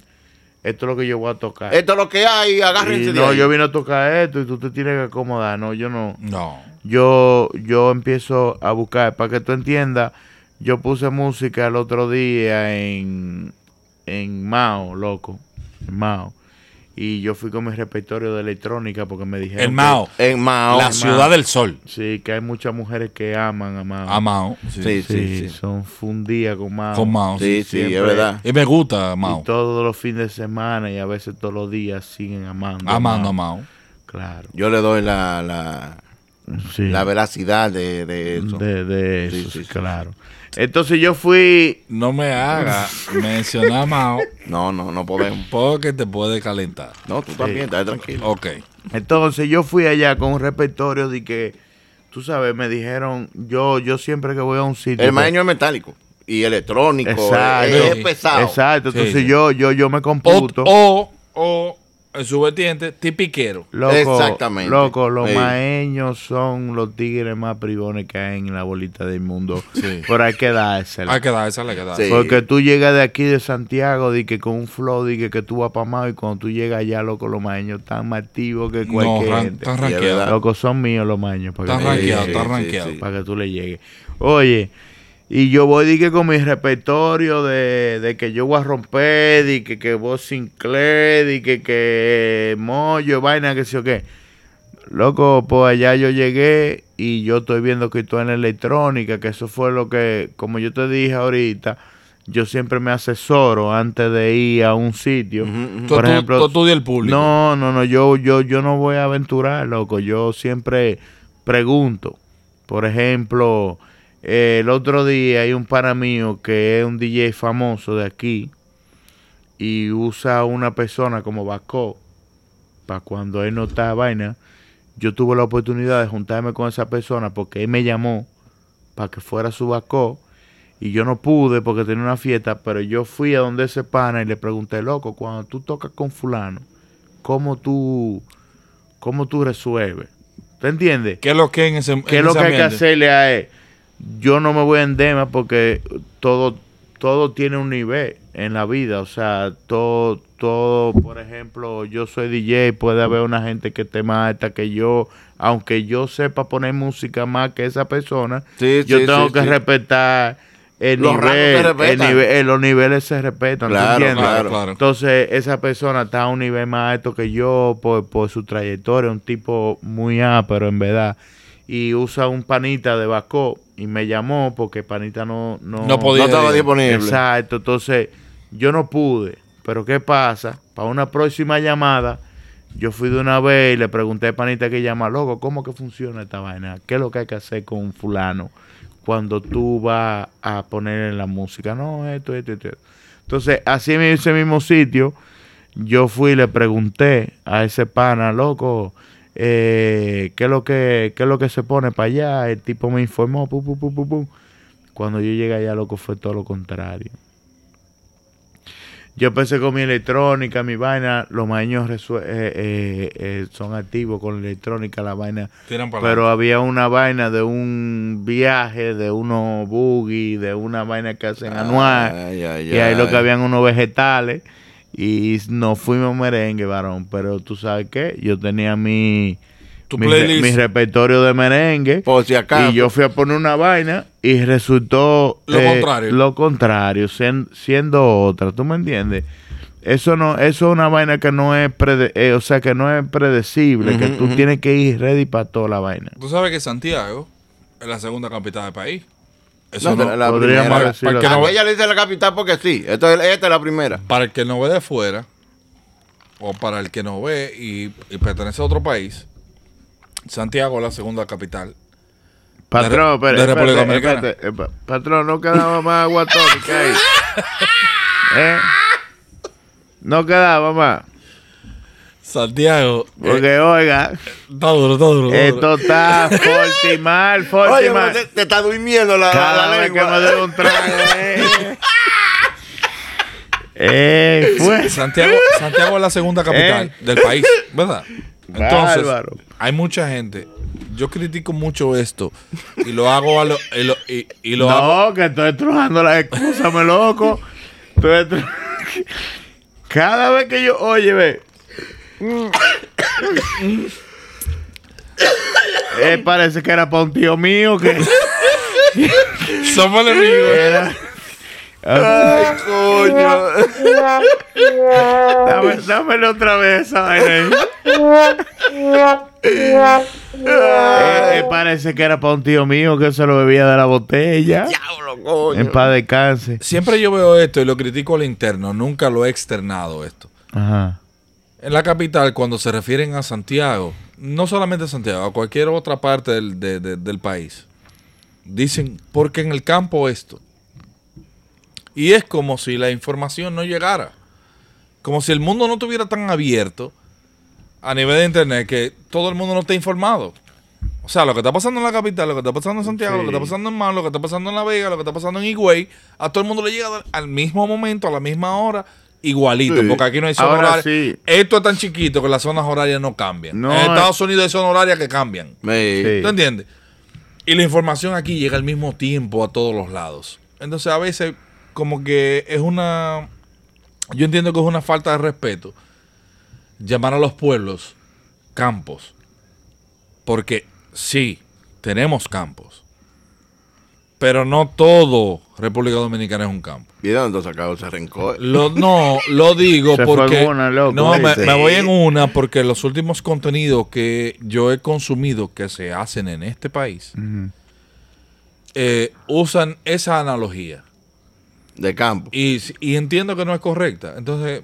esto es lo que yo voy a tocar.
Esto es lo que hay, agárrense
Y
de
no,
ahí.
yo vine a tocar esto y tú te tienes que acomodar. No, yo no
No.
yo, yo empiezo a buscar. Para que tú entiendas, yo puse música el otro día en, en Mao, loco. En Mao. Y yo fui con mi repertorio de electrónica porque me dijeron.
El
que-
Mao.
En Mao.
La ciudad del sol.
sí, que hay muchas mujeres que aman a Mao.
A Mao.
Sí,
Sí.
sí,
sí, sí.
son fundidas con Mao.
Con Mao.
Sí, sí, es
Siempre.
verdad.
Y me gusta Mao.
Y todos los fines de semana y a veces todos los días siguen amando. a
Amando a
Mao.
Mao.
Claro.
Yo le doy la, la,
Sí.
la veracidad de, de eso.
de, de eso,
Sí, sí,
sí,
sí.
claro. Entonces yo fui,
No me haga mencionar más
No, no, no podemos.
porque te puede calentar.
No, tú también, estás tranquilo.
Ok.
entonces yo fui allá con un repertorio de que, tú sabes, me dijeron, yo, yo siempre que voy a un sitio.
El maño es metálico y electrónico.
Exacto.
Es, es pesado.
Exacto.
Sí,
Entonces
sí.
yo, yo, yo me
O,
computo.
o, o, en su vertiente, tipiquero.
Loco,
Exactamente.
Loco, los
Sí.
maeños son los tigres más privones que hay en la bolita del mundo.
Sí.
Pero hay que dársela.
Hay que dar esa, hay que dar.
Sí.
Porque tú llegas de aquí de Santiago, di que con un flow, di que, que tú vas pa' Mao, y cuando tú llegas allá, loco, los maeños están más activos que
No,
cualquier
ran-
gente.
tan
Y es verdad.
ranqueado.
Loco, son míos los maeños. Para
Tan
que,
ranqueado.
ranqueado,
sí,
tan
sí,
ranqueado.
sí.
para que tú le llegues. Oye, y yo voy, di que con mi repertorio de, de que yo voy a romper, di que, que vos Sinclair, di que, que Moyo, vaina, que sé yo qué. Loco, pues allá yo llegué y yo estoy viendo que tú en la electrónica, que eso fue lo que, como yo te dije ahorita, yo siempre me asesoro antes de ir a un sitio.
Ujú, ujú.
Tú- tú- tú estudias el público.
No, no, no, yo, yo, yo no voy a aventurar, loco. Yo siempre pregunto. Por ejemplo, eh, el otro día hay un para mío que es un DJ famoso de aquí y usa a una persona como Baco para cuando él no está vaina. Yo tuve la oportunidad de juntarme con esa persona porque él me llamó para que fuera su Baco y yo no pude porque tenía una fiesta, pero yo fui a donde ese pana y le pregunté, loco, cuando tú tocas con fulano, ¿cómo tú, cómo tú resuelves? ¿Te entiendes?
¿Qué es lo que en ese en
¿Qué es lo
ese
que hay que
ambiente?
hacerle a él? Yo no me voy en dema porque todo, todo tiene un nivel en la vida. O sea, todo, todo, por ejemplo, yo soy DJ, puede haber una gente que esté más alta que yo. Aunque yo sepa poner música más que esa persona,
Sí,
yo
sí,
tengo
sí,
que
sí.
respetar el
Los rangos se
nivel. el
respetan.
nive- eh, los niveles se respetan. ¿tú
Claro,
entiendes?
Claro, claro.
Entonces, esa persona está a un nivel más alto que yo por, por su trayectoria, un tipo muy A, pero en verdad. Y usa un panita de Bacó y me llamó porque panita no... No,
No podía.
No estaba
Diga.
disponible.
Exacto, entonces yo no pude. Pero ¿qué pasa? Para una próxima llamada, yo fui de una vez y le pregunté al panita que llama, loco, ¿cómo que funciona esta vaina? ¿Qué es lo que hay que hacer con fulano cuando tú vas a poner en la música? No, esto, esto, esto. esto". Entonces, así en ese mismo sitio, yo fui y le pregunté a ese pana, loco, eh, ¿qué, es lo que, ¿qué es lo que se pone para allá? El tipo me informó, pum, pum, pum, pum, pum. Cuando yo llegué allá, loco, fue todo lo contrario. Yo empecé con mi electrónica, mi vaina. Los maños resue- eh, eh, eh, son activos con la electrónica, la vaina.
Tiran para
Pero había una vaina de un viaje, de unos buggy, de una vaina que hacen
Ah,
anual.
Ay, ay,
Y ahí lo
ay.
que habían unos vegetales. Y nos fuimos merengue, varón. Pero tú sabes qué? Yo tenía mi,
Tu
mi,
playlist.
mi repertorio de merengue.
Por si acaso.
Y yo fui a poner una vaina y resultó eh,
Lo contrario.
Lo contrario, sien- siendo otra, ¿tú me entiendes? Eso no, eso es una vaina que no es prede- eh, o sea que no es predecible, que
Ujú,
tú
ujú.
tienes que ir ready para toda la vaina.
Tú sabes que Santiago es la segunda capital del país. Eso
No,
no,
de la
podríamos
primera.
decirlo
Porque
Ah,
no-
así.
Ella le dice la capital porque sí. Esto es- esta es la primera.
para el que no ve de fuera, o para el que no ve y, y pertenece a otro país, Santiago es la segunda capital.
Patrón,
de
espérate,
República
espérate,
Dominicana.
espérate, eh, pa- patrón, no quedaba más agua tónica ahí. ¿Eh? No quedaba más.
Eh. Santiago. eh,
Porque, oiga,
está duro, está duro. está duro.
esto está forte y mal, forte y
Oye,
mal.
te, te está durmiendo la, la,
Cada
la
vez que me
lengua.
debo un trago. Eh, eh fue.
Santiago, Santiago es la segunda capital del país, ¿verdad? Entonces,
Bárbaro.
hay mucha gente. Yo critico mucho esto y lo hago a lo, y lo, y, y lo hago.
No, que estoy trujando las excusas, me loco. Estoy tru- Cada vez que yo, oye, ve. Eh, parece que era para un tío mío que
Somos enemigos.
era.
Ay, coño.
Dame, dámelo otra vez esa vaina ahí. Eh, eh, parece que era para un tío mío que se lo bebía de la botella.
Diablo, coño.
En paz descanse.
Siempre yo veo esto y lo critico al interno, nunca lo he externado esto.
Ajá.
En la capital, cuando se refieren a Santiago, no solamente a Santiago, a cualquier otra parte del, de- de- del país, dicen, porque en el campo esto. Y es como si la información no llegara. Como si el mundo no estuviera tan abierto a nivel de internet que todo el mundo no esté informado. O sea, lo que está pasando en la capital, lo que está pasando en Santiago, lo que
Sí.
está pasando en Mar, lo que está pasando en La Vega, lo que está pasando en Higüey, a todo el mundo le llega al mismo momento, a la misma hora, igualito,
Sí.
porque aquí no hay zonas
Ahora
horarias.
sí.
Esto es tan chiquito que las zonas horarias no cambian.
No,
en
eh.
Estados Unidos hay zonas horarias que cambian.
Me-
Sí.
¿Tú entiendes? Y la información aquí llega al mismo tiempo a todos los lados. Entonces a veces como que es una... Yo entiendo que es una falta de respeto llamar a los pueblos campos. Porque sí, tenemos campos. Pero no todo República Dominicana es un campo.
¿Y de dónde sacado ese rencor?
Lo- no, lo digo
Se fue
porque.
en una, loco,
no, me,
¿viste?
me voy en una porque los últimos contenidos que yo he consumido que se hacen en este país
Ujú.
eh, usan esa analogía.
De campo.
Y, si- y entiendo que no es correcta. Entonces,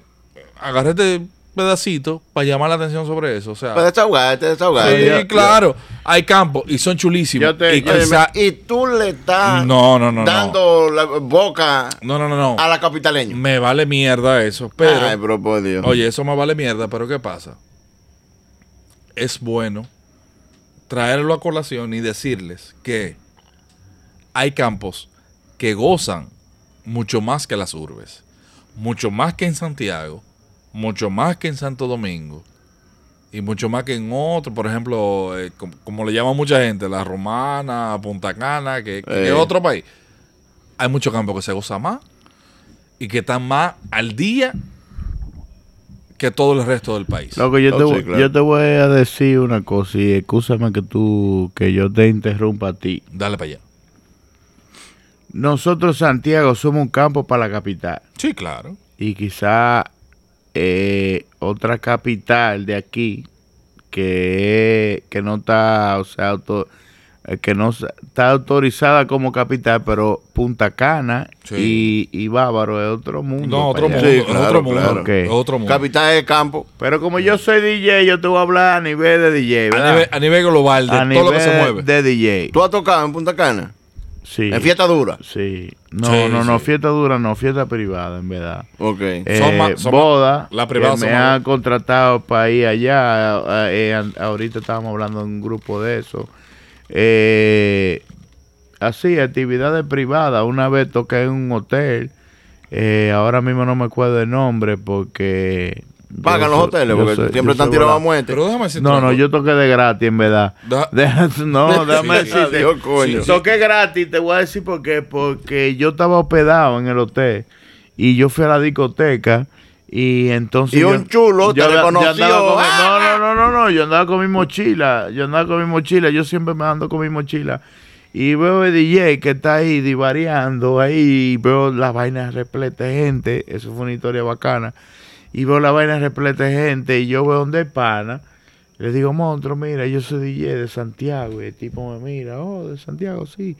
agarré este pedacito para llamar la atención sobre eso. O sea,
Pues,
Para desahogarte,
sí,
desahogarte.
claro, hay campos y son chulísimos.
Yo te-
y
yo-
Óyeme,
quizá-
y tú le estás
No, no, no, no.
dando la boca
no, no, no, no.
a la capitaleña.
Me vale mierda eso. Pero.
Ay, pero por Dios.
Oye, eso me vale mierda, pero ¿qué pasa? Es bueno traerlo a colación y decirles que hay campos que gozan mucho más que las urbes, mucho más que en Santiago, mucho más que en Santo Domingo y mucho más que en otro, por ejemplo, eh, com- como, le llama mucha gente, la Romana, Punta Cana, que, que
Eh.
es otro país. Hay muchos campos que se goza más y que están más al día que todo el resto del país.
Loco, yo,
Oh,
te,
sí,
voy-
claro.
yo te voy a decir una cosa y escúchame que tú, que yo te interrumpa a ti.
Dale para allá.
Nosotros, Santiago, somos un campo para la capital.
Sí, claro.
y quizá eh, otra capital de aquí que, que no está, o sea, auto- eh, que no sa- está autorizada como capital, pero Punta Cana
Sí.
y, y Bávaro es otro mundo.
No,
para
otro
allá.
mundo,
Sí,
es
claro,
otro mundo,
claro.
es otro mundo.
Capitán de campo.
Pero como yo soy DJ, yo te voy a hablar a nivel de DJ,
A
¿verdad?
nivel, a nivel global, de
A
todo lo que se
nivel
mueve.
De DJ.
¿Tú has tocado en Punta Cana?
Sí.
En fiesta dura.
Sí. No,
Sí,
no, no,
sí.
fiesta dura, no, fiesta privada, en verdad.
Ok.
Son
eh,
más- son más-
boda
la privada
que
son
me
más-
han contratado para ir allá eh, eh, an- ahorita estábamos hablando de un grupo de eso Eh, así actividades privadas una vez toqué en un hotel eh, ahora mismo no me acuerdo el nombre porque yo
Pagan los
so-
hoteles
yo
porque
soy-
siempre
yo
están
soy
tirados a
volado.
muerte.
Pero déjame decirte
no
una
no
cosa.
yo toqué de gratis en verdad
Ah.
Da-
Deja- no déjame
Sí.
decirte
Adiós, coño.
Sí.
Toqué gratis, te voy a decir por qué. Porque yo estaba hospedado en el hotel y yo fui a la discoteca y entonces.
Y
yo-
un chulo te
andaba-
reconoció.
andaba con mi-
¡Ah!
no, no, no, no, no, yo andaba con mi mochila. Yo andaba con mi mochila, yo siempre me ando con mi mochila. Y veo el DJ que está ahí divariando ahí, y veo las vainas repleta de gente. Eso fue una historia bacana. Y veo la vaina repleta de gente, y yo veo donde hay pana. Le digo, monstruo, mira, yo soy DJ de Santiago. Y el tipo me mira, oh, de Santiago, sí.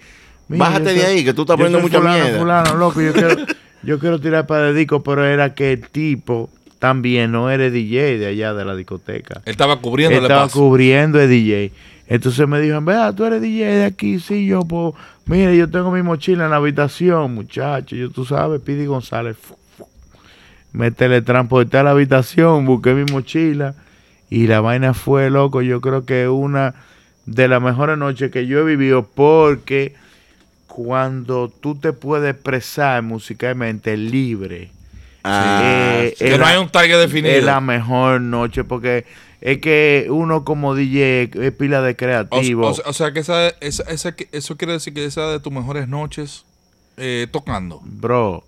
Mira,
Bájate
yo
de ahí, que tú estás
yo
poniendo
soy
mucha
fulano,
mierda.
fulano, loco, yo quiero, yo quiero tirar para el disco, pero era que el tipo también no era DJ de allá de la discoteca.
Él estaba cubriéndole
Estaba
paso.
cubriendo el DJ. Entonces me dijo, vea, tú eres DJ de aquí, sí, yo, pues, mire, yo tengo mi mochila en la habitación, muchacho, yo tú sabes, Pidi González. fu, fu. Me teletransporté a la habitación, busqué mi mochila y la vaina fue, loco, yo creo que una de las mejores noches que yo he vivido porque cuando tú te puedes expresar musicalmente libre,
Ah,
Eh,
sí.
que
era-
no hay un target
es la
definido.
mejor noche porque es que uno como DJ es pila de
O,
creativo.
o- o sea, que esa, esa- esa- que- eso quiere decir que esa de tus mejores noches eh, tocando.
Bro,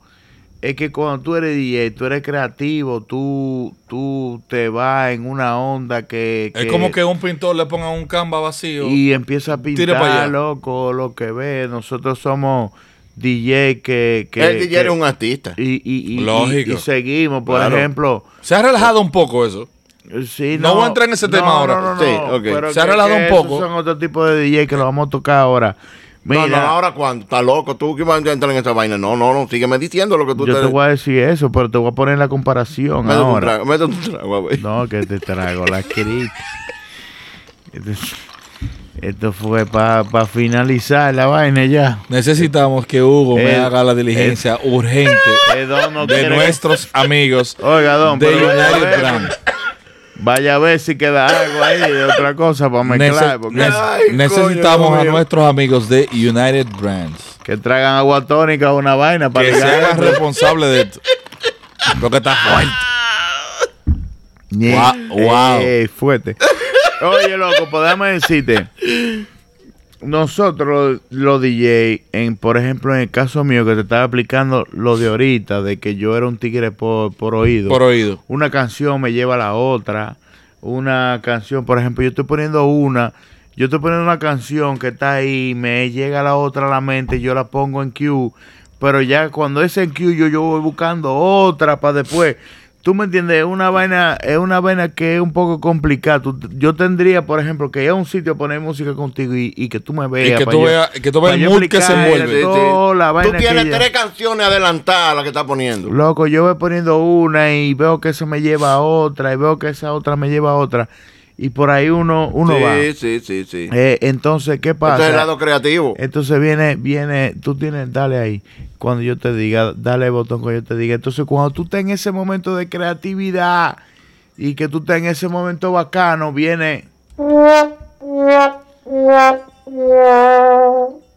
es que cuando tú eres DJ, tú eres creativo, tú, tú te vas en una onda que...
Es como que un pintor le ponga un canva vacío.
Y empieza a pintar,
pa' allá.
loco, lo que ve. Nosotros somos DJ que... que
el DJ
que-
era un artista.
y, y- y-
Lógico.
y- y seguimos, por
Claro.
ejemplo...
Se ha relajado un poco eso.
Sí,
No voy a entrar en ese tema ahora.
No, no, no,
Sí, ok.
pero
Se ha
que-
relajado
que
un
esos
poco.
Son otro tipo de DJ que lo vamos a tocar ahora. Mira,
no, no, ahora cuando está loco, tú que vas a entrar en esa vaina. No, no, no, sígueme diciendo lo que tú
yo te voy a decir eso, pero te voy a poner la comparación
Métete un
ahora.
trago, métete un trago, güey.
No, que te trago la crítica. Esto, esto fue para finalizar la vaina ya.
Necesitamos que Hugo me
Eh,
haga la diligencia urgente
Eh, Don no
de
quiere-
nuestros amigos
Oiga, Don,
de
pero eh, vaya, a
United
ver,
Brand.
vaya a ver si queda algo ahí de otra cosa para mezclar.
Nece-
porque
nece-
Ay,
necesitamos
coño,
a
mío.
nuestros amigos de United Brands
que traigan agua tónica o una vaina para
que se
ligar
hagan
esto.
responsables de esto. Porque está fuerte.
Ñe.
Gua- guau.
Ey, eh, fuerte. Oye, loco, podemos decirte. Nosotros, los DJ, en, por ejemplo, en el caso mío que te estaba explicando lo de ahorita, de que yo era un tigre por, por oído.
por oído.
una canción me lleva a la otra. Una canción, por ejemplo, yo estoy poniendo una, yo estoy poniendo una canción que está ahí, me llega la otra a la mente, yo la pongo en Q, pero ya cuando es en Q yo, yo voy buscando otra para después. Tú me entiendes, es una vaina, es una vaina que es un poco complicada. Tú- yo tendría, por ejemplo, que ir a un sitio a poner música contigo y, y que tú me veas.
Y que
pa'
tú
yo-
veas que tú
pa'
veas el
yo
mood que se
explicar
envuelve.
Sí, sí.
toda la vaina
Tú
que
tienes
ella-
tres canciones adelantadas las que estás poniendo.
Loco, yo voy poniendo una y veo que esa me lleva a otra y veo que esa otra me lleva a otra. Y por ahí uno, uno
sí,
va.
sí, sí, sí.
Eh, entonces, ¿qué
Esto es el
pasa? Eh.
lado creativo.
Entonces viene, viene, tú tienes, dale ahí, cuando yo te diga, dale el botón cuando yo te diga. Entonces, cuando tú estás en ese momento de creatividad y que tú estás en ese momento bacano, viene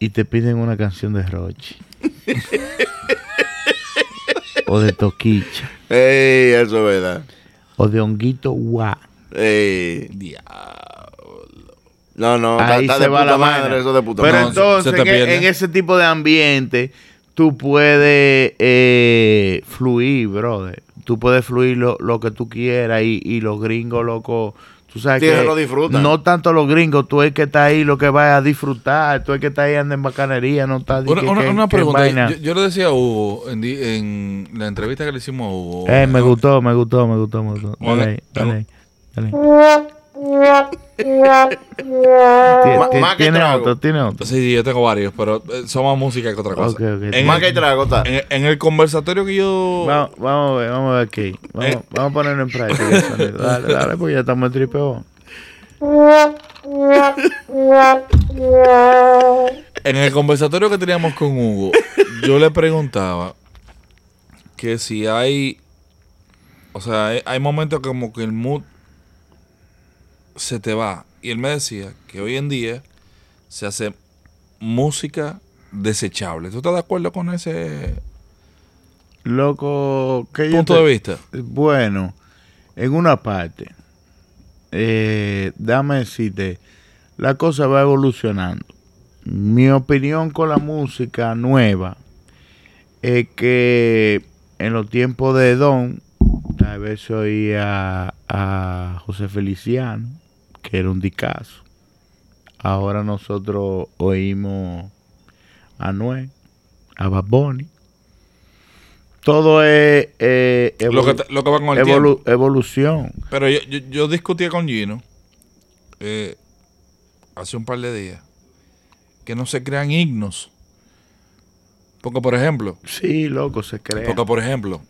y te piden una canción de Rochi. o de Toquicha.
Ey, eso es verdad.
O de Honguito Guá.
Ey. No, no, está,
Ahí
está
se
de
va
puta
la
madre,
vaina.
eso de puta
Pero
No,
madre.
entonces,
se te
en,
pierde.
en ese tipo de ambiente, tú puedes eh, fluir, brother. Tú puedes fluir lo, lo que tú quieras y, y los gringos, loco. Tú sabes
Sí,
que
ellos lo disfrutan.
no tanto los gringos, tú es que está ahí lo que vas a disfrutar, tú es que está ahí anda en bacanería, no está
Una,
que-
una-
que-
una
que
pregunta.
vaina.
Yo, yo le decía a Hugo en, di- en la entrevista que le hicimos a Hugo.
Eh, me
¿no?
gustó, me gustó, me gustó, me gustó.
Bueno,
Dale, ahí,
tengo-
dale, ahí, dale. ahí. Tie-
Más-
tie-
más que
Tiene
trago.
otro, tiene otro.
Sí, yo tengo varios, pero eh, son más música que otra cosa.
Ok, ok.
En,
Más que
el,
trago, está.
en- en el conversatorio que yo.
Vamos, vamos a ver, vamos a ver aquí. Vamos,
Eh.
vamos a ponerlo en práctica. el sonido. Dale, dale, porque ya estamos en tripeo.
En el conversatorio que teníamos con Hugo, yo le preguntaba que si hay. O sea, hay, hay momentos como que el mood se te va. Y él me decía que hoy en día se hace música desechable. ¿Tú estás de acuerdo con ese
Loco, que yo
punto
te-
de vista?
Bueno, en una parte, eh, dame decirte, la cosa va evolucionando. Mi opinión con la música nueva es que en los tiempos de Don, tal vez se oía a José Feliciano, que era un dicazo. Ahora nosotros oímos a Noé, a Baboni. Todo es eh,
Lo que,
evolu-
te- lo que va con el tiempo.
Evolu- evolución.
Pero yo, yo, yo discutía con Gino eh, hace un par de días que no se crean himnos. Porque, por ejemplo,
Sí, loco, se crea.
porque, por ejemplo,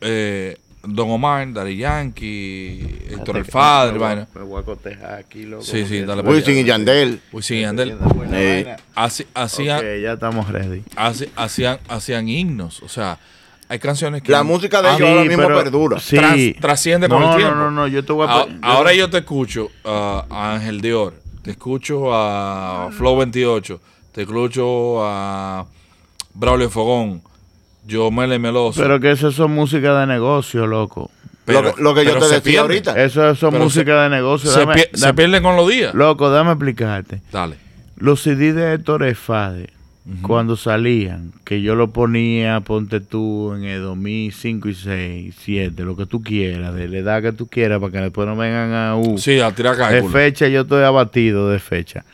eh, Don Omar, Dari Yankee, Héctor el
Espérate que
Father,
me voy a-
vaina.
Me voy a cotejar aquí, loco.
Sí, sí,
porque
dale
estoy
para allá.
Wisin y Yandel.
Uy, sí, ah. Yandel.
haciendo buena
Eh,
vaina.
Haci- Hacían,
Ok, ya estamos ready.
haci- hacían, hacían himnos. O sea, hay canciones que.
La música de
han-
ellos ahora mismo perdura.
sí.
Tras- trasciende con
No,
el tiempo.
No, no, no, yo te voy a...
Ah, ahora yo te escucho ah, a Ángel Dior, te escucho a Flow 28, te escucho a Braulio Fogón, Yomele Meloso.
Pero que eso son música de negocio, loco.
lo que- lo que yo
pero
te
se
decía
pierden.
ahorita.
Eso son
Pero
música de negocio.
Se,
dame-
pier- se
dame-
pierden con los días.
loco, dame explicarte.
Dale.
Los CD de Héctor Efade, cuando salían, que yo lo ponía, ponte tú, en el 2005 y 6, 7, lo que tú quieras, de la edad que tú quieras, para que después no vengan a... Uh,
Sí, a tirar
de
cálculo.
fecha yo estoy abatido de fecha.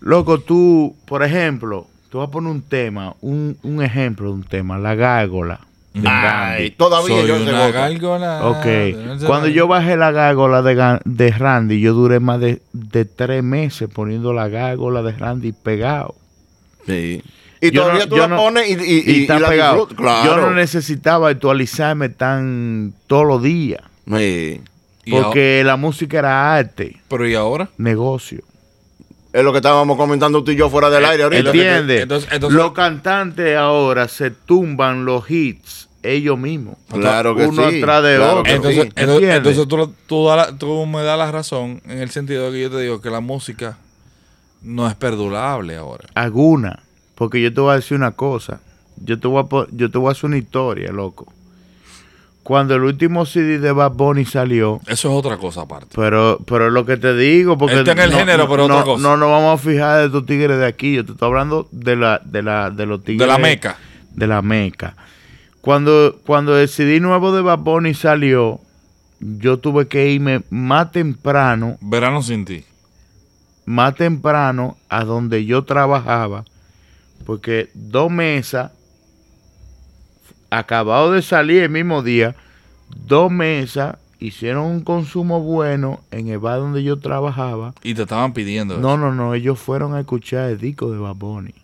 Loco, tú, por ejemplo, tú vas a poner un tema, un, un ejemplo de un tema, la gárgola. de
Ay,
Randy.
todavía
Mm. Soy
yo se
una
gozo.
gárgola.
Ok. Cuando yo bajé la gárgola de, Ga- de Randy, yo duré más de, de tres meses poniendo la gárgola de Randy pegado.
Sí. Y
Yo
todavía
no-
tú
yo
la
no-
pones y, y, y,
Y, está
la
pegado.
disfrutas. Claro.
Yo no necesitaba actualizarme tan todos los días.
Sí.
Y aho-
Porque la música era arte,
pero ¿y ahora?
negocio.
Es lo que estábamos comentando tú y yo fuera
Eh,
del aire ahorita.
¿Entiendes?
entonces- entonces-
los cantantes ahora se tumban los hits ellos mismos.
Claro que
Uno
sí,
atrás de
claro
otro.
que
Entonces,
sí.
entonces,
¿Entiendes?
entonces tú, lo- tú da la- tú me das la razón en el sentido de que yo te digo que la música no es perdurable ahora.
alguna, porque yo te voy a decir una cosa. Yo te voy a, po- yo te voy a hacer una historia, loco. Cuando el último CD de Bad Bunny salió,
Eso es otra cosa aparte.
pero pero es lo que te digo, porque
Está en el
no,
género,
no-
pero
no,
otra cosa.
No nos vamos a fijar de estos tigres de aquí, yo te estoy hablando de la de la de los tigres
De la Meca.
de la Meca. Cuando cuando el CD nuevo de Bad Bunny salió, yo tuve que irme más temprano
Verano sin ti.
más temprano a donde yo trabajaba, porque dos mesas, acabado de salir el mismo día, dos mesas hicieron un consumo bueno en el bar donde yo trabajaba.
Y te estaban pidiendo.
No, no, no, ellos fueron a escuchar el disco de Baboni.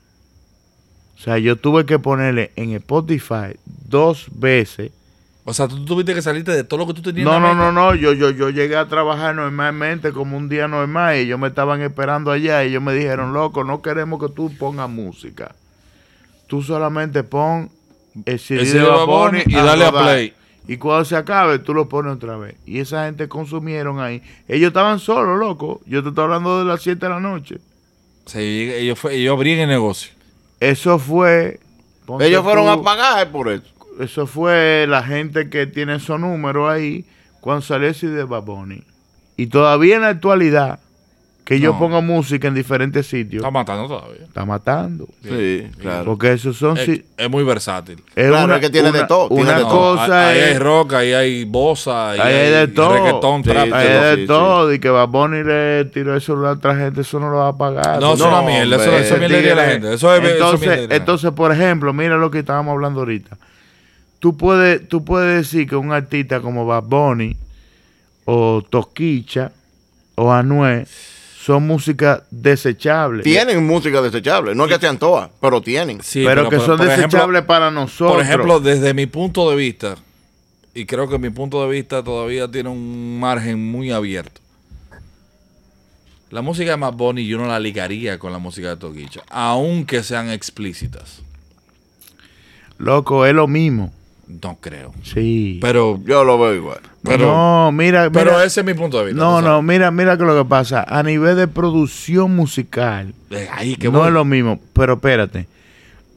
O sea, yo tuve que ponerle en Spotify dos veces
O sea, tú tuviste que salirte de todo lo que tú tenías.
No,
en la
no,
mente.
no, no. Yo, yo, yo llegué a trabajar normalmente, como un día normal, y ellos me estaban esperando allá, y ellos me dijeron, loco, no queremos que tú pongas música. Tú solamente pon el CD,
CD
de
de
Bad Bunny
Bunny y dale a
rodar.
play.
Y cuando se acabe, tú lo pones otra vez. Y esa gente consumieron ahí. Ellos estaban solos, loco. Yo te estoy hablando de las 7 de la noche.
Sí, ellos, fue- ellos abrían el negocio.
Eso fue... ponte
Ellos fueron
tú-
a pagar por eso.
Eso fue la gente que tiene esos números ahí cuando salió ese de Baboni. Y todavía en la actualidad, que yo
No.
pongo música en diferentes sitios,
Está matando todavía.
está matando.
Sí, claro. Eh,
Porque esos son...
Es,
si-
es muy versátil.
es
Claro, es que tiene de todo, tiene
Una
de todo.
cosa
ahí, ahí hay
es...
rock, ahí hay bossa, ahí,
eh. Ahí hay de todo. eh.
reggaetón,
Sí,
trap.
sí,
Ahí
sí,
de
sí.
todo, y que Baboni le tiró el celular a otra gente, eso no lo va a pagar.
No, eso es una
No,
mierda. Eso,
hombre,
eso es mierda de la
Tigre.
gente. Eso es, eso es
Eh, entonces,
mierda de la gente.
entonces, por ejemplo, mira lo que estábamos hablando ahorita. Tú puedes, tú puedes decir que un artista como Bad Bunny, o Toquicha, o Anuel, son música desechable.
Tienen música desechable. No es que sean todas, pero tienen.
Sí,
pero, que
por-
son
por ejemplo,
desechables para nosotros.
Por ejemplo, desde mi punto de vista, y creo que mi punto de vista todavía tiene un margen muy abierto. La música de Mad Bunny yo no la ligaría con la música de Toquicha, aunque sean explícitas.
Loco, es lo mismo.
No creo.
Sí.
Pero,
Yo lo veo igual.
pero,
no, mira,
pero
mira.
ese es mi punto de vista. tú
No,
sabes.
no, mira, mira que lo que pasa. A nivel de producción musical,
Eh, ahí que
no
voy.
es lo mismo, pero espérate.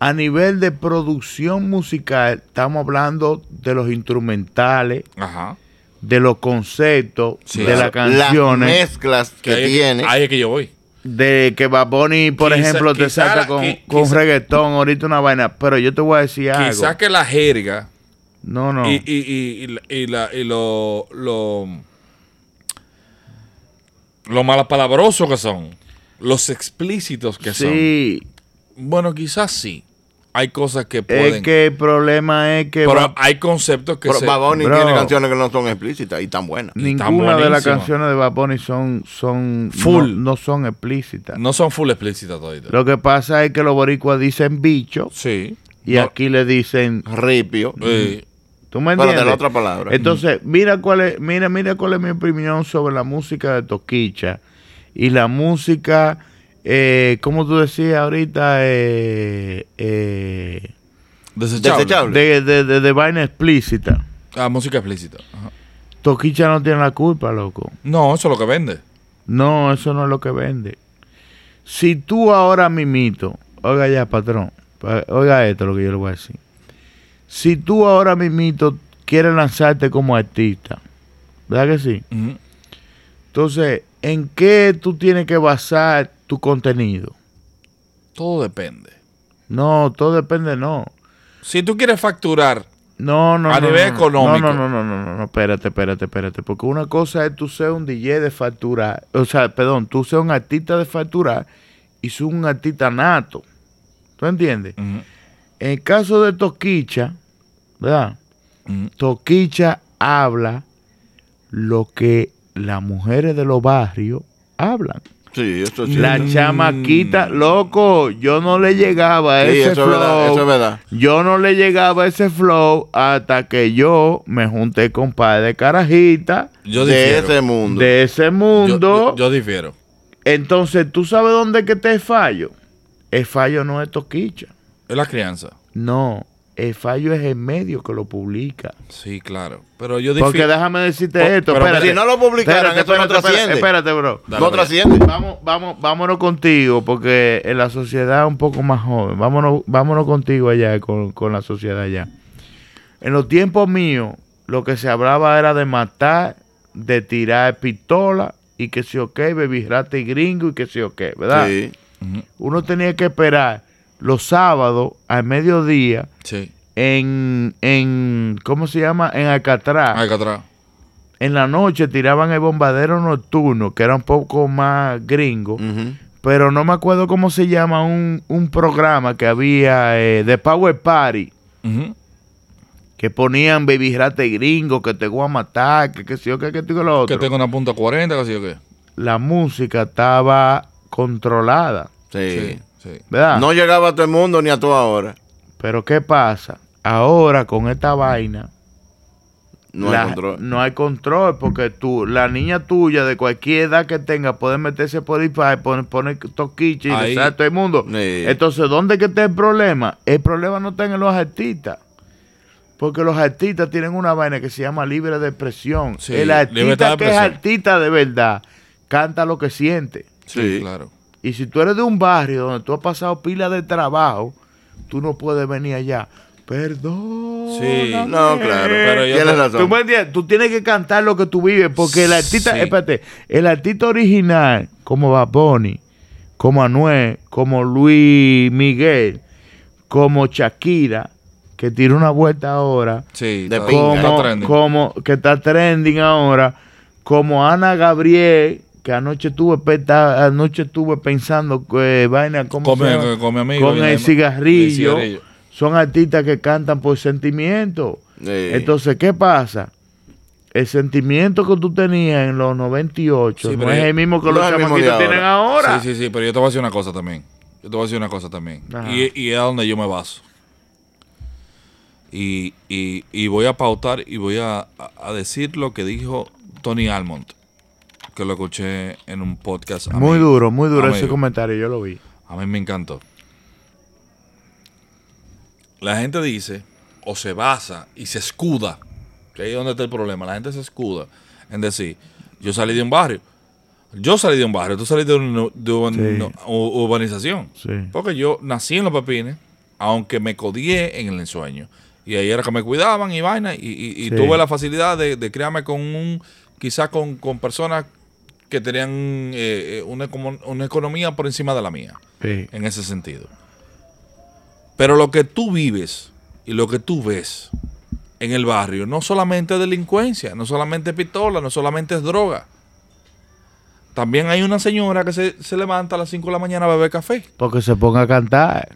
A nivel de producción musical, estamos hablando de los instrumentales,
Ajá.
de los conceptos,
Sí,
de
claro.
las
Las
canciones,
mezclas que
ahí, es-
tiene.
Ahí es que yo voy.
de que Baboni, por
Quizá-
ejemplo, te
quizá
saca
la-
con,
qui-
con
quizá-
reggaetón, ahorita una vaina. Pero yo te voy a decir algo.
Quizás que la jerga
No, no.
y, y, y, y la- y la- y lo, lo, lo malapalabrosos que son, los explícitos que
sí,
son. Bueno, quizás sí. Hay cosas que pueden.
es que el problema es que
pero
Bad-
hay conceptos que
pero
se.
Bad Bunny
Bro.
tiene canciones que no son explícitas y tan buenas.
y están
ninguna de las
buenísimas.
canciones de Baboni son, son
Full.
No, no son explícitas.
No son full explícitas todavía.
Lo que pasa es que los boricuas dicen bicho
Sí.
y
No,
aquí le dicen
Ripio.
eh,
¿Tú me
Pero
entiendes?
de la otra palabra.
Entonces, mira cuál es, mira, mira cuál es mi opinión sobre la música de Toquicha y la música, eh, como tú decías ahorita, eh, eh,
desechable.
Desechable.
de, de, de- de vaina explícita.
Ah, música explícita. Ajá.
Toquicha no tiene la culpa, loco.
No, eso es lo que vende.
No, eso no es lo que vende. Si tú ahora mimito, oiga ya, patrón, pa- oiga esto lo que yo le voy a decir. Si tú ahora mimito quieres lanzarte como artista, ¿verdad que sí?
Ujú.
Entonces, ¿en qué tú tienes que basar tu contenido?
Todo depende.
No, todo depende, no.
Si tú quieres facturar,
No, no,
A
no,
nivel
no, no.
económico.
No, no, no, no, no, no, no, espérate, espérate, espérate. Porque una cosa es tú ser un DJ de facturar, o sea, perdón, tú ser un artista de facturar y ser un artista nato. ¿Tú entiendes?
ujú,
En el caso de Toquicha, ¿verdad?
Mm.
ujú,
Toquicha habla lo que las mujeres de los barrios hablan.
Sí, eso sí. Mm.
La chamaquita, loco, yo no le llegaba a
Sí,
ese
eso es
flow.
verdad, eso es verdad.
Yo no le llegaba a ese flow hasta que yo me junté con padre de carajita
Yo
de
difiero.
ese mundo.
de ese
Yo- Yo,
mundo.
yo difiero.
Entonces, ¿tú sabes dónde es que te fallo? El fallo no es Toquicha.
Es la crianza.
No, el fallo es el medio que lo publica.
Sí, claro. Pero yo difiero.
Porque déjame decirte
Por-
esto,
pero
espérate.
si no lo publicaran, esto no trasciende.
Espérate, bro.
Dale,
no
bro.
trasciende.
Vamos, vamos, vámonos contigo, porque en la sociedad un poco más joven. Vámonos, vámonos contigo allá, con, con la sociedad allá. En los tiempos míos, lo que se hablaba era de matar, de tirar pistola, y que si o qué, baby rata y gringo, y que si o qué, ¿verdad?
Sí.
Uno tenía que esperar los sábados al mediodía
Sí.
en, en ¿cómo se llama? En Alcatraz.
Acá atrás.
En la noche tiraban el bombardero nocturno, que era un poco más gringo,
Ujú.
pero no me acuerdo cómo se llama un, un programa que había eh, de Power Party,
Ujú.
que ponían baby rate gringo, que te voy a matar, que qué sé yo, que qué digo lo
Que
otro.
tengo una punta 40, que sé yo qué.
La música estaba controlada,
Sí.
Sí, sí.
¿verdad?
No llegaba a todo el mundo ni a toda hora.
Pero ¿qué pasa? Ahora con esta vaina,
No
La-
hay control.
no hay control, porque tú, la niña tuya de cualquier edad que tenga puede meterse por ahí para poner, poner toquiche y
Ahí.
besar a todo el mundo.
Sí.
Entonces, ¿dónde que está el problema? El problema no está en los artistas. Porque los artistas tienen una vaina que se llama libre de expresión.
Sí,
el
libertad de
artista que es
expresión.
artista de verdad canta lo que siente.
Sí,
Sí.
claro.
Y si tú eres de un barrio donde tú has pasado pila de trabajo, tú no puedes venir allá. Perdón.
No, Eh, claro.
Pero yo
Tienes
no-
razón.
Tú me entiendes, tú tienes que cantar lo que tú vives, porque el artista,
Sí.
espérate, el artista original, como Bad Bunny, como Anuel, como Luis Miguel, como Shakira, que tira una vuelta ahora,
Sí,
De
está-
pinga.
está
como,
trending.
como- que está trending ahora, como Ana Gabriel, que anoche estuve, pe- ta- anoche estuve pensando que vaina como
Come- come amigo y
con
demás.
el cigarrillo,
El cigarrillo.
son artistas que cantan por sentimiento.
Sí.
Entonces, ¿qué pasa? El sentimiento que tú tenías en los 98
Sí,
no
pero
es
yo-
el mismo que
no
los
es el mismo
chamaquitos
de ahora.
tienen ahora.
Sí, sí, sí, pero yo te voy a decir una cosa también. Yo te voy a decir una cosa también.
Ajá.
Y, y es a donde yo me baso. Y, y- y voy a pautar y voy a, a- a decir lo que dijo Tony Almond, que lo escuché en un podcast. a
Muy
mí.
duro, muy duro
Amigo.
ese comentario, yo lo vi.
A mí me encantó. La gente dice, o se basa y se escuda, que ahí es donde está el problema, la gente se escuda en decir, yo salí de un barrio, yo salí de un barrio, tú saliste de una, de una
Sí.
u- urbanización.
Sí.
Porque yo nací en Los Pepines, aunque me codié en el ensueño. Y ahí era que me cuidaban y vaina, y, y- y
Sí.
tuve la facilidad de, de criarme con un, quizás con, con personas que tenían eh, eh, una, como- una economía por encima de la mía
Sí.
en ese sentido. Pero lo que tú vives y lo que tú ves en el barrio no solamente es delincuencia, no solamente es pistola, no solamente es droga. También hay una señora que se, se levanta a las 5 de la mañana a beber café.
Porque se ponga a cantar.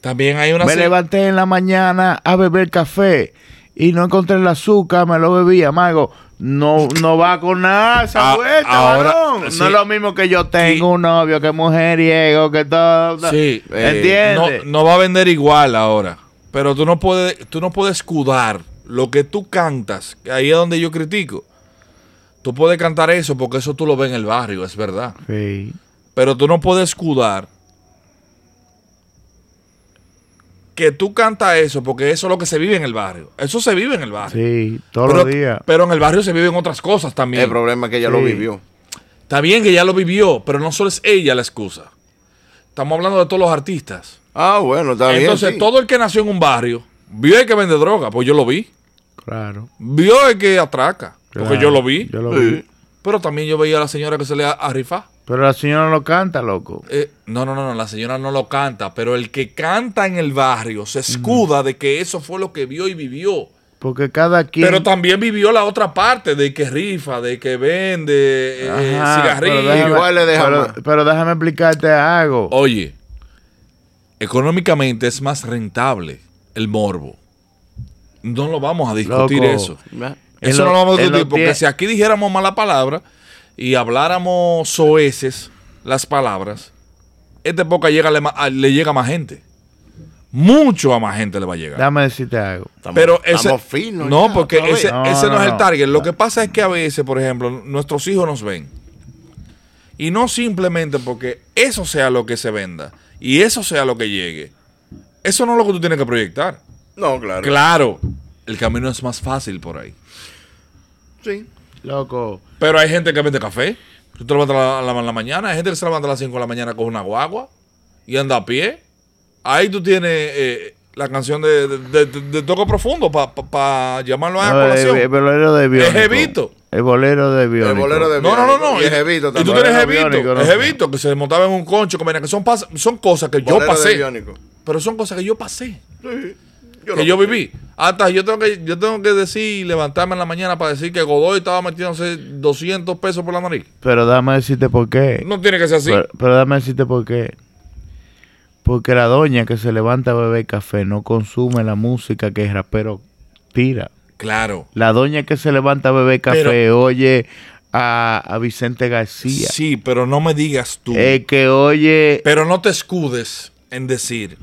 También hay una
Me
se-
levanté en la mañana a beber café y no encontré el azúcar, me lo bebí, amago. No, no va con nada esa
Ah,
vuelta,
ahora,
varón.
sí.
No es lo mismo que yo tengo
Y-
un novio, que mujeriego, que todo.
Sí. eh,
¿Entiendes?
no, no va a vender igual ahora. Pero tú no puedes, tú no puedes escudar lo que tú cantas. que Ahí es donde yo critico. Tú puedes cantar eso porque eso tú lo ves en el barrio, es verdad.
Sí.
Pero tú no puedes escudar que tú cantas eso porque eso es lo que se vive en el barrio. Eso se vive en el barrio.
Sí, todos
Ah. pero,
los días.
pero en el barrio se viven otras cosas también.
El problema es que ella lo
Sí.
vivió.
Está bien que ya lo vivió, pero no solo es ella la excusa. Estamos hablando de todos los artistas.
Ah, bueno, está bien.
Entonces,
sí.
todo el que nació en un barrio vio el que vende droga, pues yo lo vi.
Claro.
Vio el que atraca, porque
claro.
yo lo vi.
Yo lo
Sí.
vi.
Pero también yo veía a la señora que se le a, a rifar.
Pero la señora no canta, loco.
Eh, no, no, no, no, la señora no lo canta, pero el que canta en el barrio se escuda de que eso fue lo que vio y vivió.
Porque cada quien.
Pero también vivió la otra parte de que rifa, de que vende eh,
Ajá,
cigarrillos.
pero déjame-
Igual le deja
pero,
más.
pero déjame explicarte algo.
Oye, económicamente es más rentable el morbo. No lo vamos a discutir
Loco.
eso.
Ve.
En
Eso no
lo-
lo vamos a
en
discutir,
los
porque
tie-
si aquí dijéramos mala palabra y habláramos soeces, las palabras, esta época llega, le, ma- a- le llega a más gente. Mucho a más gente le va a llegar.
Déjame decirte algo.
Estamos-
Pero ese,
estamos finos
no,
ya,
porque
otra vez.
ese,
No,
ese no,
no,
es el
no.
target. Lo que pasa es que a veces, por ejemplo, nuestros hijos nos ven. Y no simplemente porque eso sea lo que se venda y eso sea lo que llegue. Eso no es lo que tú tienes que proyectar.
No, claro.
Claro, el camino es más fácil por ahí.
Sí.
Loco.
Pero hay gente que vende café. Tú te levantas a la- a la, a la mañana. Hay gente que se levanta a las 5 de la mañana con una guagua y anda a pie. Ahí tú tienes eh, la canción de, de- de- de Toque Profundo para llamarlo a
eh,
no, el,
colación.
el bolero de Biónico.
jevito.
El bolero de Biónico.
El bolero de
No, no, no, no.
eh, Y es jevito
Y tú
también.
tienes
Bolero
jevito.
biónico, ¿no?
es jevito que se montaba en un concho. Como, que son, pas- son cosas que yo
Bolero de
pasé.
biónico.
Pero son cosas que yo pasé.
Yo
que
no-
yo viví. Hasta yo tengo que, yo tengo que decir, levantarme en la mañana para decir que Godoy estaba metiéndose 200 pesos por la nariz.
Pero déjame decirte por qué.
No tiene que ser así.
Pero, pero déjame decirte por qué. Porque la doña que se levanta a beber café no consume la música que el rapero tira.
claro.
La doña que se levanta a beber café
Pero-
oye a, a Vicente García.
Sí, pero no me digas tú.
El que oye...
pero no te escudes en decir,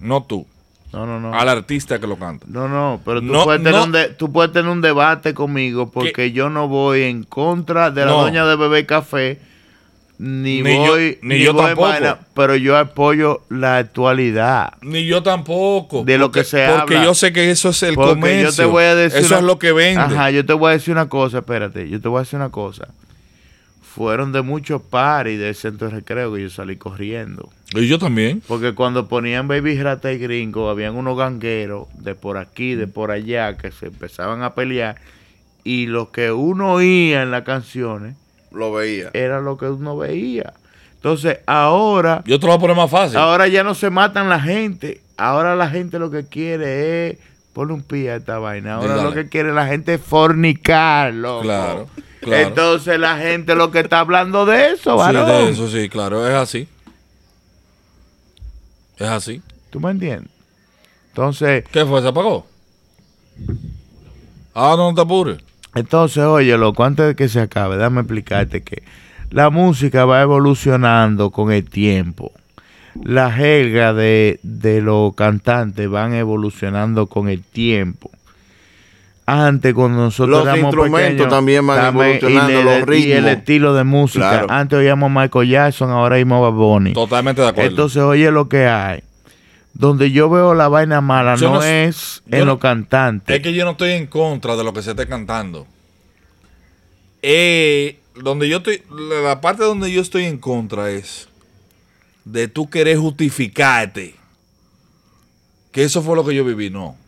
no tú,
No, no, no.
al artista que lo canta.
No, no, pero tú,
No,
puedes tener
no.
un de- tú puedes tener un debate conmigo porque
¿Qué?
yo no voy en contra de la
No.
doña de beber café, ni,
Ni yo-
voy,
ni yo
voy en
tampoco.
pero yo apoyo la actualidad.
Ni yo tampoco.
De lo
porque-
que se
Porque
habla.
yo sé que eso es el
Porque
comercio.
yo te voy a decir
Eso
una-
es lo que vende.
Ajá, yo te voy a decir una cosa, espérate, yo te voy a decir una cosa. Fueron de muchos paris del centro de recreo que yo salí corriendo.
Y yo también.
Porque cuando ponían Baby Rata y Gringo, habían unos gangueros de por aquí, de por allá, que se empezaban a pelear. Y lo que uno oía en las canciones
Lo veía.
era lo que uno veía. Entonces, ahora,
Yo te lo voy a poner más fácil.
ahora ya no se matan la gente. Ahora la gente lo que quiere es ponle un pie a esta vaina. Ahora
Dale.
lo que quiere la gente es fornicar, loco.
Claro, claro.
Entonces la gente lo que está hablando de eso,
Sí,
varón.
de eso sí, claro, es así. Es así.
¿Tú me entiendes? Entonces,
¿Qué fue? ¿Se apagó? Ah, no, no te apures.
Entonces, oye, loco, antes de que se acabe, déjame explicarte que la música va evolucionando con el tiempo. La jerga de, de los cantantes van evolucionando con el tiempo. Antes, cuando nosotros
Los
éramos
instrumentos
pequeños,
también van evolucionando,
y
los
Y el
ritmos.
estilo de música.
Claro.
Antes oíamos a Michael Jackson, ahora oímos a Bad Bunny.
Totalmente de acuerdo.
Entonces, oye lo que hay. Donde yo veo la vaina mala
Yo
no,
no s-
es
yo
en
no-
los cantantes.
es que yo no estoy en contra de lo que se esté cantando. Eh, donde yo estoy, la la parte donde yo estoy en contra es de tú querer justificarte. Que eso fue lo que yo viví, no.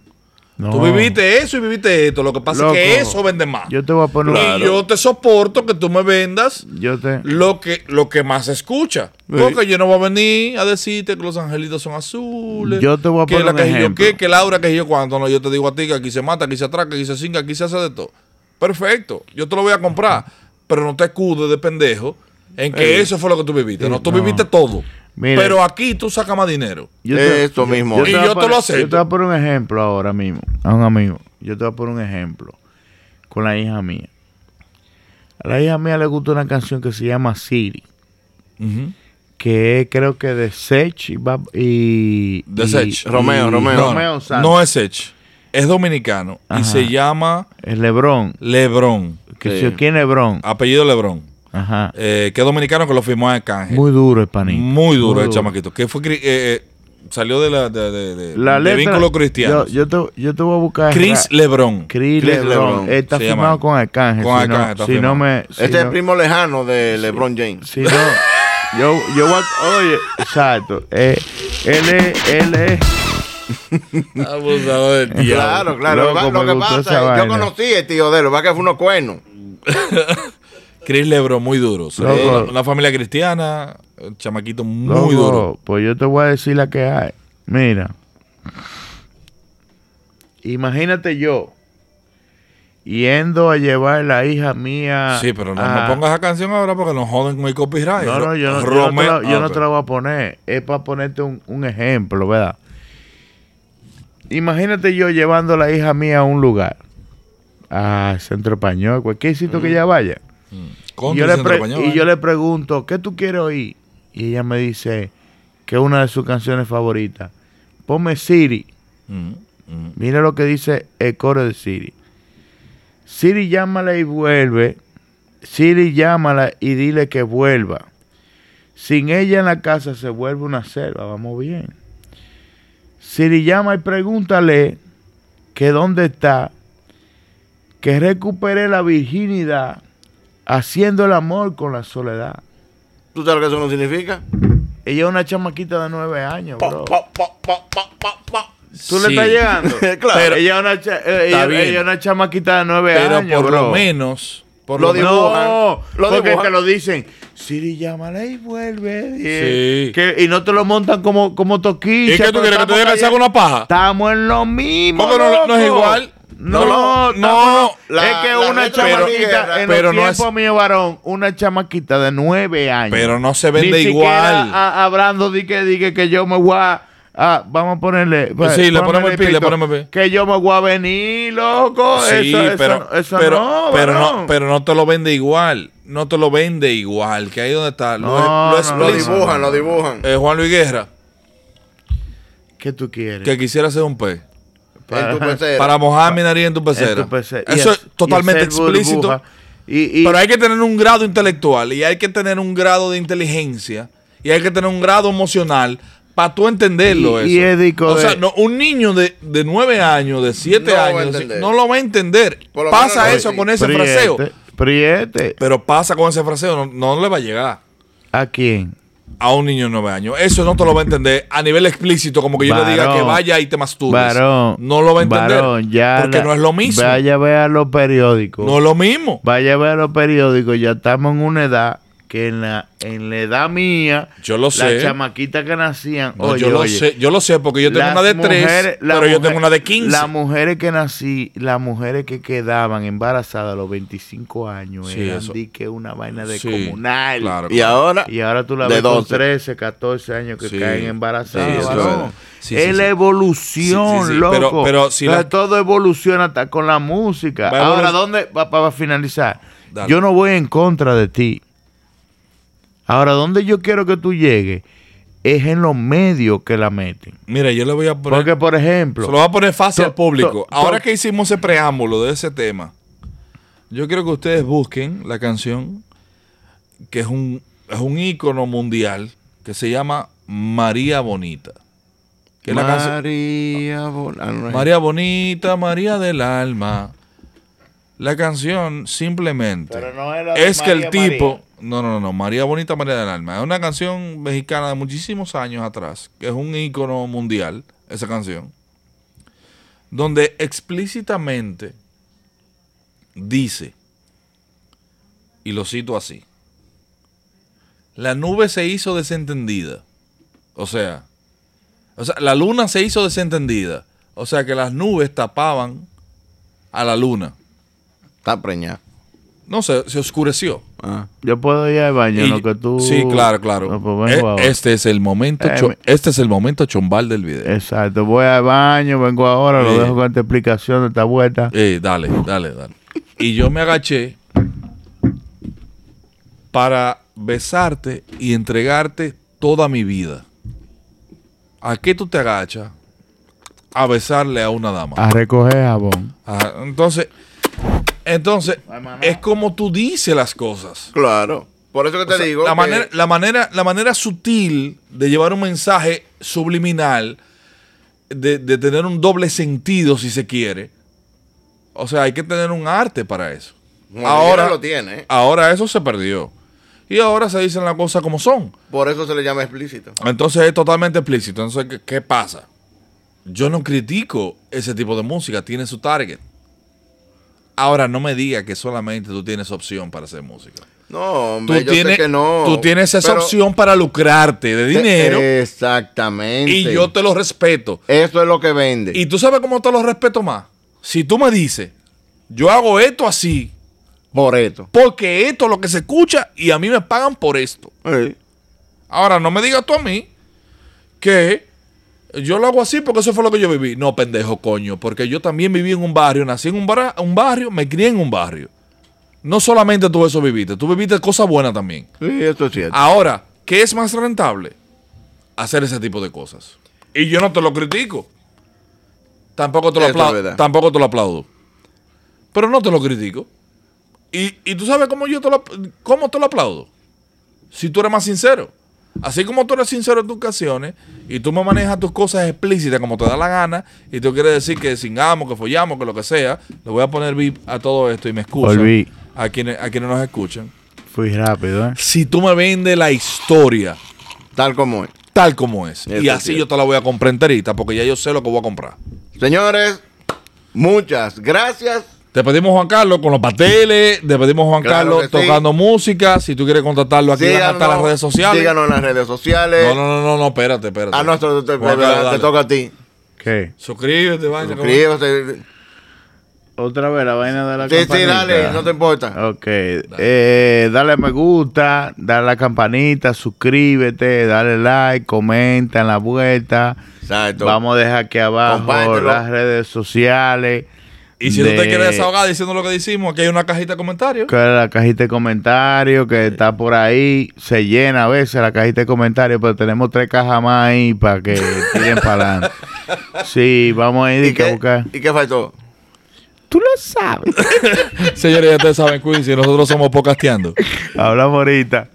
No.
Tú viviste eso y viviste esto. Lo que pasa es que
Loco,
eso vende más.
Yo te voy a poner un-
Y yo te soporto que tú me vendas
Yo te.
lo que, lo que más se escucha. Porque yo no voy a venir a decirte que los angelitos son azules.
Yo te voy a
que
poner
la
un
que yo
ejemplo.
qué, que Laura, que yo cuando. No, yo te digo a ti que aquí se mata, aquí se atraca, aquí se cinga, aquí se hace de todo. Perfecto, yo te lo voy a comprar. Pero no te escudes de pendejo en que eso fue lo que tú viviste. No, tú
no.
viviste todo.
Mire.
pero aquí tú sacas más dinero.
Yo te-
Eso mismo.
Y
voy a
yo te
poner-
lo acepto.
Yo te voy a poner un ejemplo ahora mismo. A un amigo. Yo te voy a poner un ejemplo. Con la hija mía. A la hija mía le gusta una canción que se llama Siri. Que es, creo que de Sech y. Bab- y
De
y-
Sech.
y-
Romeo, Romeo.
No,
Romeo
no,
Santos.
no es Sech, es dominicano
Ajá.
y se llama
El Lebrón.
Lebrón.
Que
Sí.
si yo quién Lebrón.
Apellido Lebrón.
Ajá.
Eh, que es dominicano que lo firmó en canje.
Muy duro el panito.
Muy duro el chamaquito. Que fue cri- eh, eh, salió de la de, de- de-
La
de
letra.
vínculo cristiano.
Yo, yo te, yo te voy a buscar.
Chris Lebron.
Chris
Chris
Lebron.
Lebron.
Está
Se
firmado
llama.
con Arcángel.
Con
si no-
Arcángel está
si no
firmado.
me, si
Este es
no-
el primo lejano de LeBron James.
Si no, yo, yo voy a- Oye, exacto. Eh, él es. Él es.
Abusador del diablo.
Claro, claro.
Loco,
Va-
me
lo que
gustó
pasa
esa
es,
vaina.
yo conocí el tío de él, va que fue unos cuernos.
Chris Lebron, muy duro. Se-
Loco.
Una, una familia cristiana, un chamaquito muy
loco,
duro.
Pues yo te voy a decir la que hay. Mira. Imagínate yo. Yendo a llevar la hija mía.
Sí, pero no
a-
me pongas esa canción ahora porque nos joden con el copyright.
Ah. No, no, yo no, yo no te,
Romeo-
la, yo
Ah,
no
ok.
te la voy a poner. Es para ponerte un, un ejemplo, ¿verdad? Imagínate yo llevando a Ah, la hija mía a un lugar. A Centro Español, cualquier sitio que ella vaya.
Contra
y, yo
el
le
centro
pre-
español,
y
¿eh?
yo le pregunto, ¿qué tú quieres oír? Y ella me dice que una de sus canciones favoritas. Ponme Siri.
Ujú, ujú.
Mira lo que dice el coro de Siri. Siri llámala y vuelve. Siri llámala y dile que vuelva. Sin ella en la casa se vuelve una selva. Vamos bien. Siri llama y pregúntale que dónde está. Que recupere la virginidad haciendo el amor con la soledad.
¿Tú sabes lo que eso no significa?
Ella es una chamaquita de nueve años, bro. ¿Tú
Sí,
le estás llegando? este
Claro.
Pero, ella es una, cha- eh, ella-
bien.
ella es una chamaquita de nueve
Pero
años,
por lo
bro.
menos, por
Lo
lo
digo-
menos,
dibujan.
No,
Lo
porque
dibujan.
te lo dicen. Siri, llámala y vuelve.
Sí.
Y, que- y no te lo montan como, como toquilla.
¿Y qué tú
pero
quieres? ¿Que te
estamos
dé el
calle-
saco una paja?
Estamos en lo mismo.
Porque no- no es
loco.
igual.
No,
No,
no,
no,
la-
es que
la
una
letra
chamaquita,
maniguera.
en
Pero
los
no es-
tiempos mío, varón, una chamaquita de nueve años.
Pero no se vende
Ni siquiera Ah,
igual.
a- hablando de que, di que, que yo me voy a. a- vamos a ponerle. pues,
Sí, le
pónmele
ponemos el pi, le
pito.
ponemos el pi.
Que yo me voy a venir, loco.
Sí,
eso, eso-
pero,
eso
pero,
no,
pero
varón.
no, pero no te lo vende igual. No te lo vende igual. Que ahí donde está. Lo,
No,
lo
no,
Lo
explica.
dibujan, lo dibujan.
Eh, Juan Luis Guerra,
¿Qué tú quieres?
que quisiera hacer un pez.
En tu pecera.
Para mojar mi nariz en tu
En
pecera.
tu PC. pues, Y
Eso
hac-
es totalmente
y hacer
explícito.
burbuja. Y, y-
Pero hay que tener un grado intelectual y hay que tener un grado de inteligencia y hay que tener un grado emocional para tú entenderlo.
Y- y
eso.
ético
O sea,
de-
no, un niño de, de 9 años, de 7
No lo va a
años, de
entender.
cinco, no lo va a entender.
Por lo
Pasa
menos no
eso
así.
con ese
Priete,
fraseo.
Priete.
Pero pasa con ese fraseo, no, no le va a llegar
¿A quién?
a un niño de 9 años. Eso no te lo va a entender a nivel explícito, como que yo le diga
Varón.
que vaya y te masturbes.
Varón.
no lo va a entender.
Varón, ya
porque
la-
no es lo mismo.
Vaya a ver a los periódicos.
No es lo mismo.
Vaya a ver a los periódicos. Ya estamos en una edad que en la, en la edad mía.
Yo lo sé.
Las chamaquitas que nacían.
No,
oye,
yo lo
oye,
sé, yo lo sé porque yo tengo
las
una de 3,
mujeres-
pero
las
yo
mujer-
tengo una de 15.
Las mujeres que nací, las mujeres que quedaban embarazadas a los 25 años,
Sí,
eran
eso.
di que una vaina de
Sí,
comunal.
claro.
Y ahora,
Y ahora tú la
De
ves con
12.
13, 14 años que
Sí.
caen
Sí,
embarazadas.
eso es
varón.
verdad. Sí, sí,
es la
sí.
evolución,
Sí, sí, sí.
loco.
Pero- pero si
Entonces,
la-
todo evoluciona hasta con la música.
Va a
Ahora,
evoluc-
¿dónde? Para finalizar.
Dale.
Yo no voy en contra de ti. Ahora, ¿dónde yo quiero que tú llegues? Es en los medios que la meten.
Mira, yo le voy a poner.
Porque, por ejemplo,
se lo voy a poner fácil
To-
al público.
to-
Ahora
to-
que hicimos ese preámbulo de ese tema, yo quiero que ustedes busquen la canción que es un, es un ícono mundial que se llama María Bonita. Que es la canción-
María Bon- ah, no, no es-
María Bonita, María del Alma. La canción simplemente.
Pero no era de
es que el
María,
tipo. No, no, no, no. María Bonita, María del Alma. Es una canción mexicana de muchísimos años atrás. Que es un ícono mundial, esa canción. Donde explícitamente dice. Y lo cito así. La nube se hizo desentendida. O sea. O sea, la luna se hizo desentendida. O sea que las nubes tapaban a la luna.
Está preñada.
No sé, se oscureció.
Ah.
yo puedo ir al baño,
Y-
lo que tú...
Sí, claro, claro.
No, pues vengo
Eh,
ahora.
este es el momento,
Eh,
cho-
me-
este es el momento chombal del video.
Exacto, voy al baño, vengo ahora,
Sí.
lo dejo con esta explicación de esta vuelta.
Eh, dale, dale, dale. Y yo me agaché para besarte y entregarte toda mi vida. ¿A qué tú te agachas? A besarle a una dama.
A recoger jabón.
Ah, entonces, entonces
Ay, mamá.
es como tú dices las cosas.
Claro. Por eso que te
O sea,
digo.
la,
que-
manera, la, manera, la manera sutil de llevar un mensaje subliminal, de, de tener un doble sentido, si se quiere. O sea, hay que tener un arte para eso.
Juan
Ahora,
Miguel lo tiene. ¿eh?
ahora eso se perdió. Y ahora se dicen las cosas como son.
Por eso se le llama explícito.
Entonces es totalmente explícito. Entonces, ¿qué, qué pasa? Yo no critico ese tipo de música, tiene su target. Ahora, no me diga que solamente tú tienes opción para hacer música.
No,
Tú,
hombre, yo
tienes,
sé que no.
tú tienes esa
pero-
opción para lucrarte de dinero
Exactamente.
y yo te lo respeto.
Eso es lo que vende.
Y tú sabes cómo te lo respeto más. Si tú me dices, yo hago esto así,
Por esto.
porque esto es lo que se escucha y a mí me pagan por esto. Ahora, no me digas tú a mí que yo lo hago así porque eso fue lo que yo viví. No, pendejo, coño, porque yo también viví en un barrio, nací en un, barra- un barrio, me crié en un barrio. no solamente tú eso viviste, tú viviste cosas buenas también.
Sí, esto es cierto.
Ahora, ¿qué es más rentable? Hacer ese tipo de cosas. Y yo no te lo critico. Tampoco te lo,
Eso es
apla-
verdad.
tampoco te lo aplaudo. Pero no te lo critico. Y, y tú sabes cómo yo te lo, cómo te lo aplaudo. Si tú eres más sincero. Así como tú eres sincero en tus canciones y tú me manejas tus cosas explícitas como te da la gana y tú quieres decir que singamos, que follamos, que lo que sea, le voy a poner VIP a todo esto y me excusan
Olví.
a quienes, a quienes nos escuchan.
Fui rápido, ¿eh?
Si tú me vendes la historia
Tal como es.
tal como es.
Eso
y
es
así
cierto.
yo te la voy a comprar enterita porque ya yo sé lo que voy a comprar.
Señores, muchas gracias.
Te pedimos Juan Carlos con los pasteles, te pedimos Juan
Claro
Carlos
que sí.
tocando música. Si tú quieres contactarlo aquí, van a estar las redes sociales.
Síganos en las redes sociales.
No, no, no, no, no, espérate, espérate.
A nuestro te,
Juan Carlos,
te
dale.
toca a ti.
¿Qué?
Suscríbete, vaina.
Suscríbete.
Otra vez la vaina de la
Sí, sí,
campanita.
dale, no te importa.
Ok, eh, dale me gusta, dale la campanita, suscríbete, dale like, comenta en la vuelta.
Exacto.
Vamos a dejar aquí abajo
Compártelo.
las redes sociales.
Y si tú
de-
te quieres desahogar diciendo lo que decimos, aquí hay una cajita de comentarios.
que la cajita de comentarios que está por ahí, se llena a veces la cajita de comentarios, pero tenemos tres cajas más ahí para que tiren para adelante. Sí, vamos a ir
¿Y
y que
qué,
buscar.
¿Y qué faltó?
Tú lo sabes.
Señores, ya ustedes saben, Quincy, nosotros somos pocasteando.
Hablamos ahorita.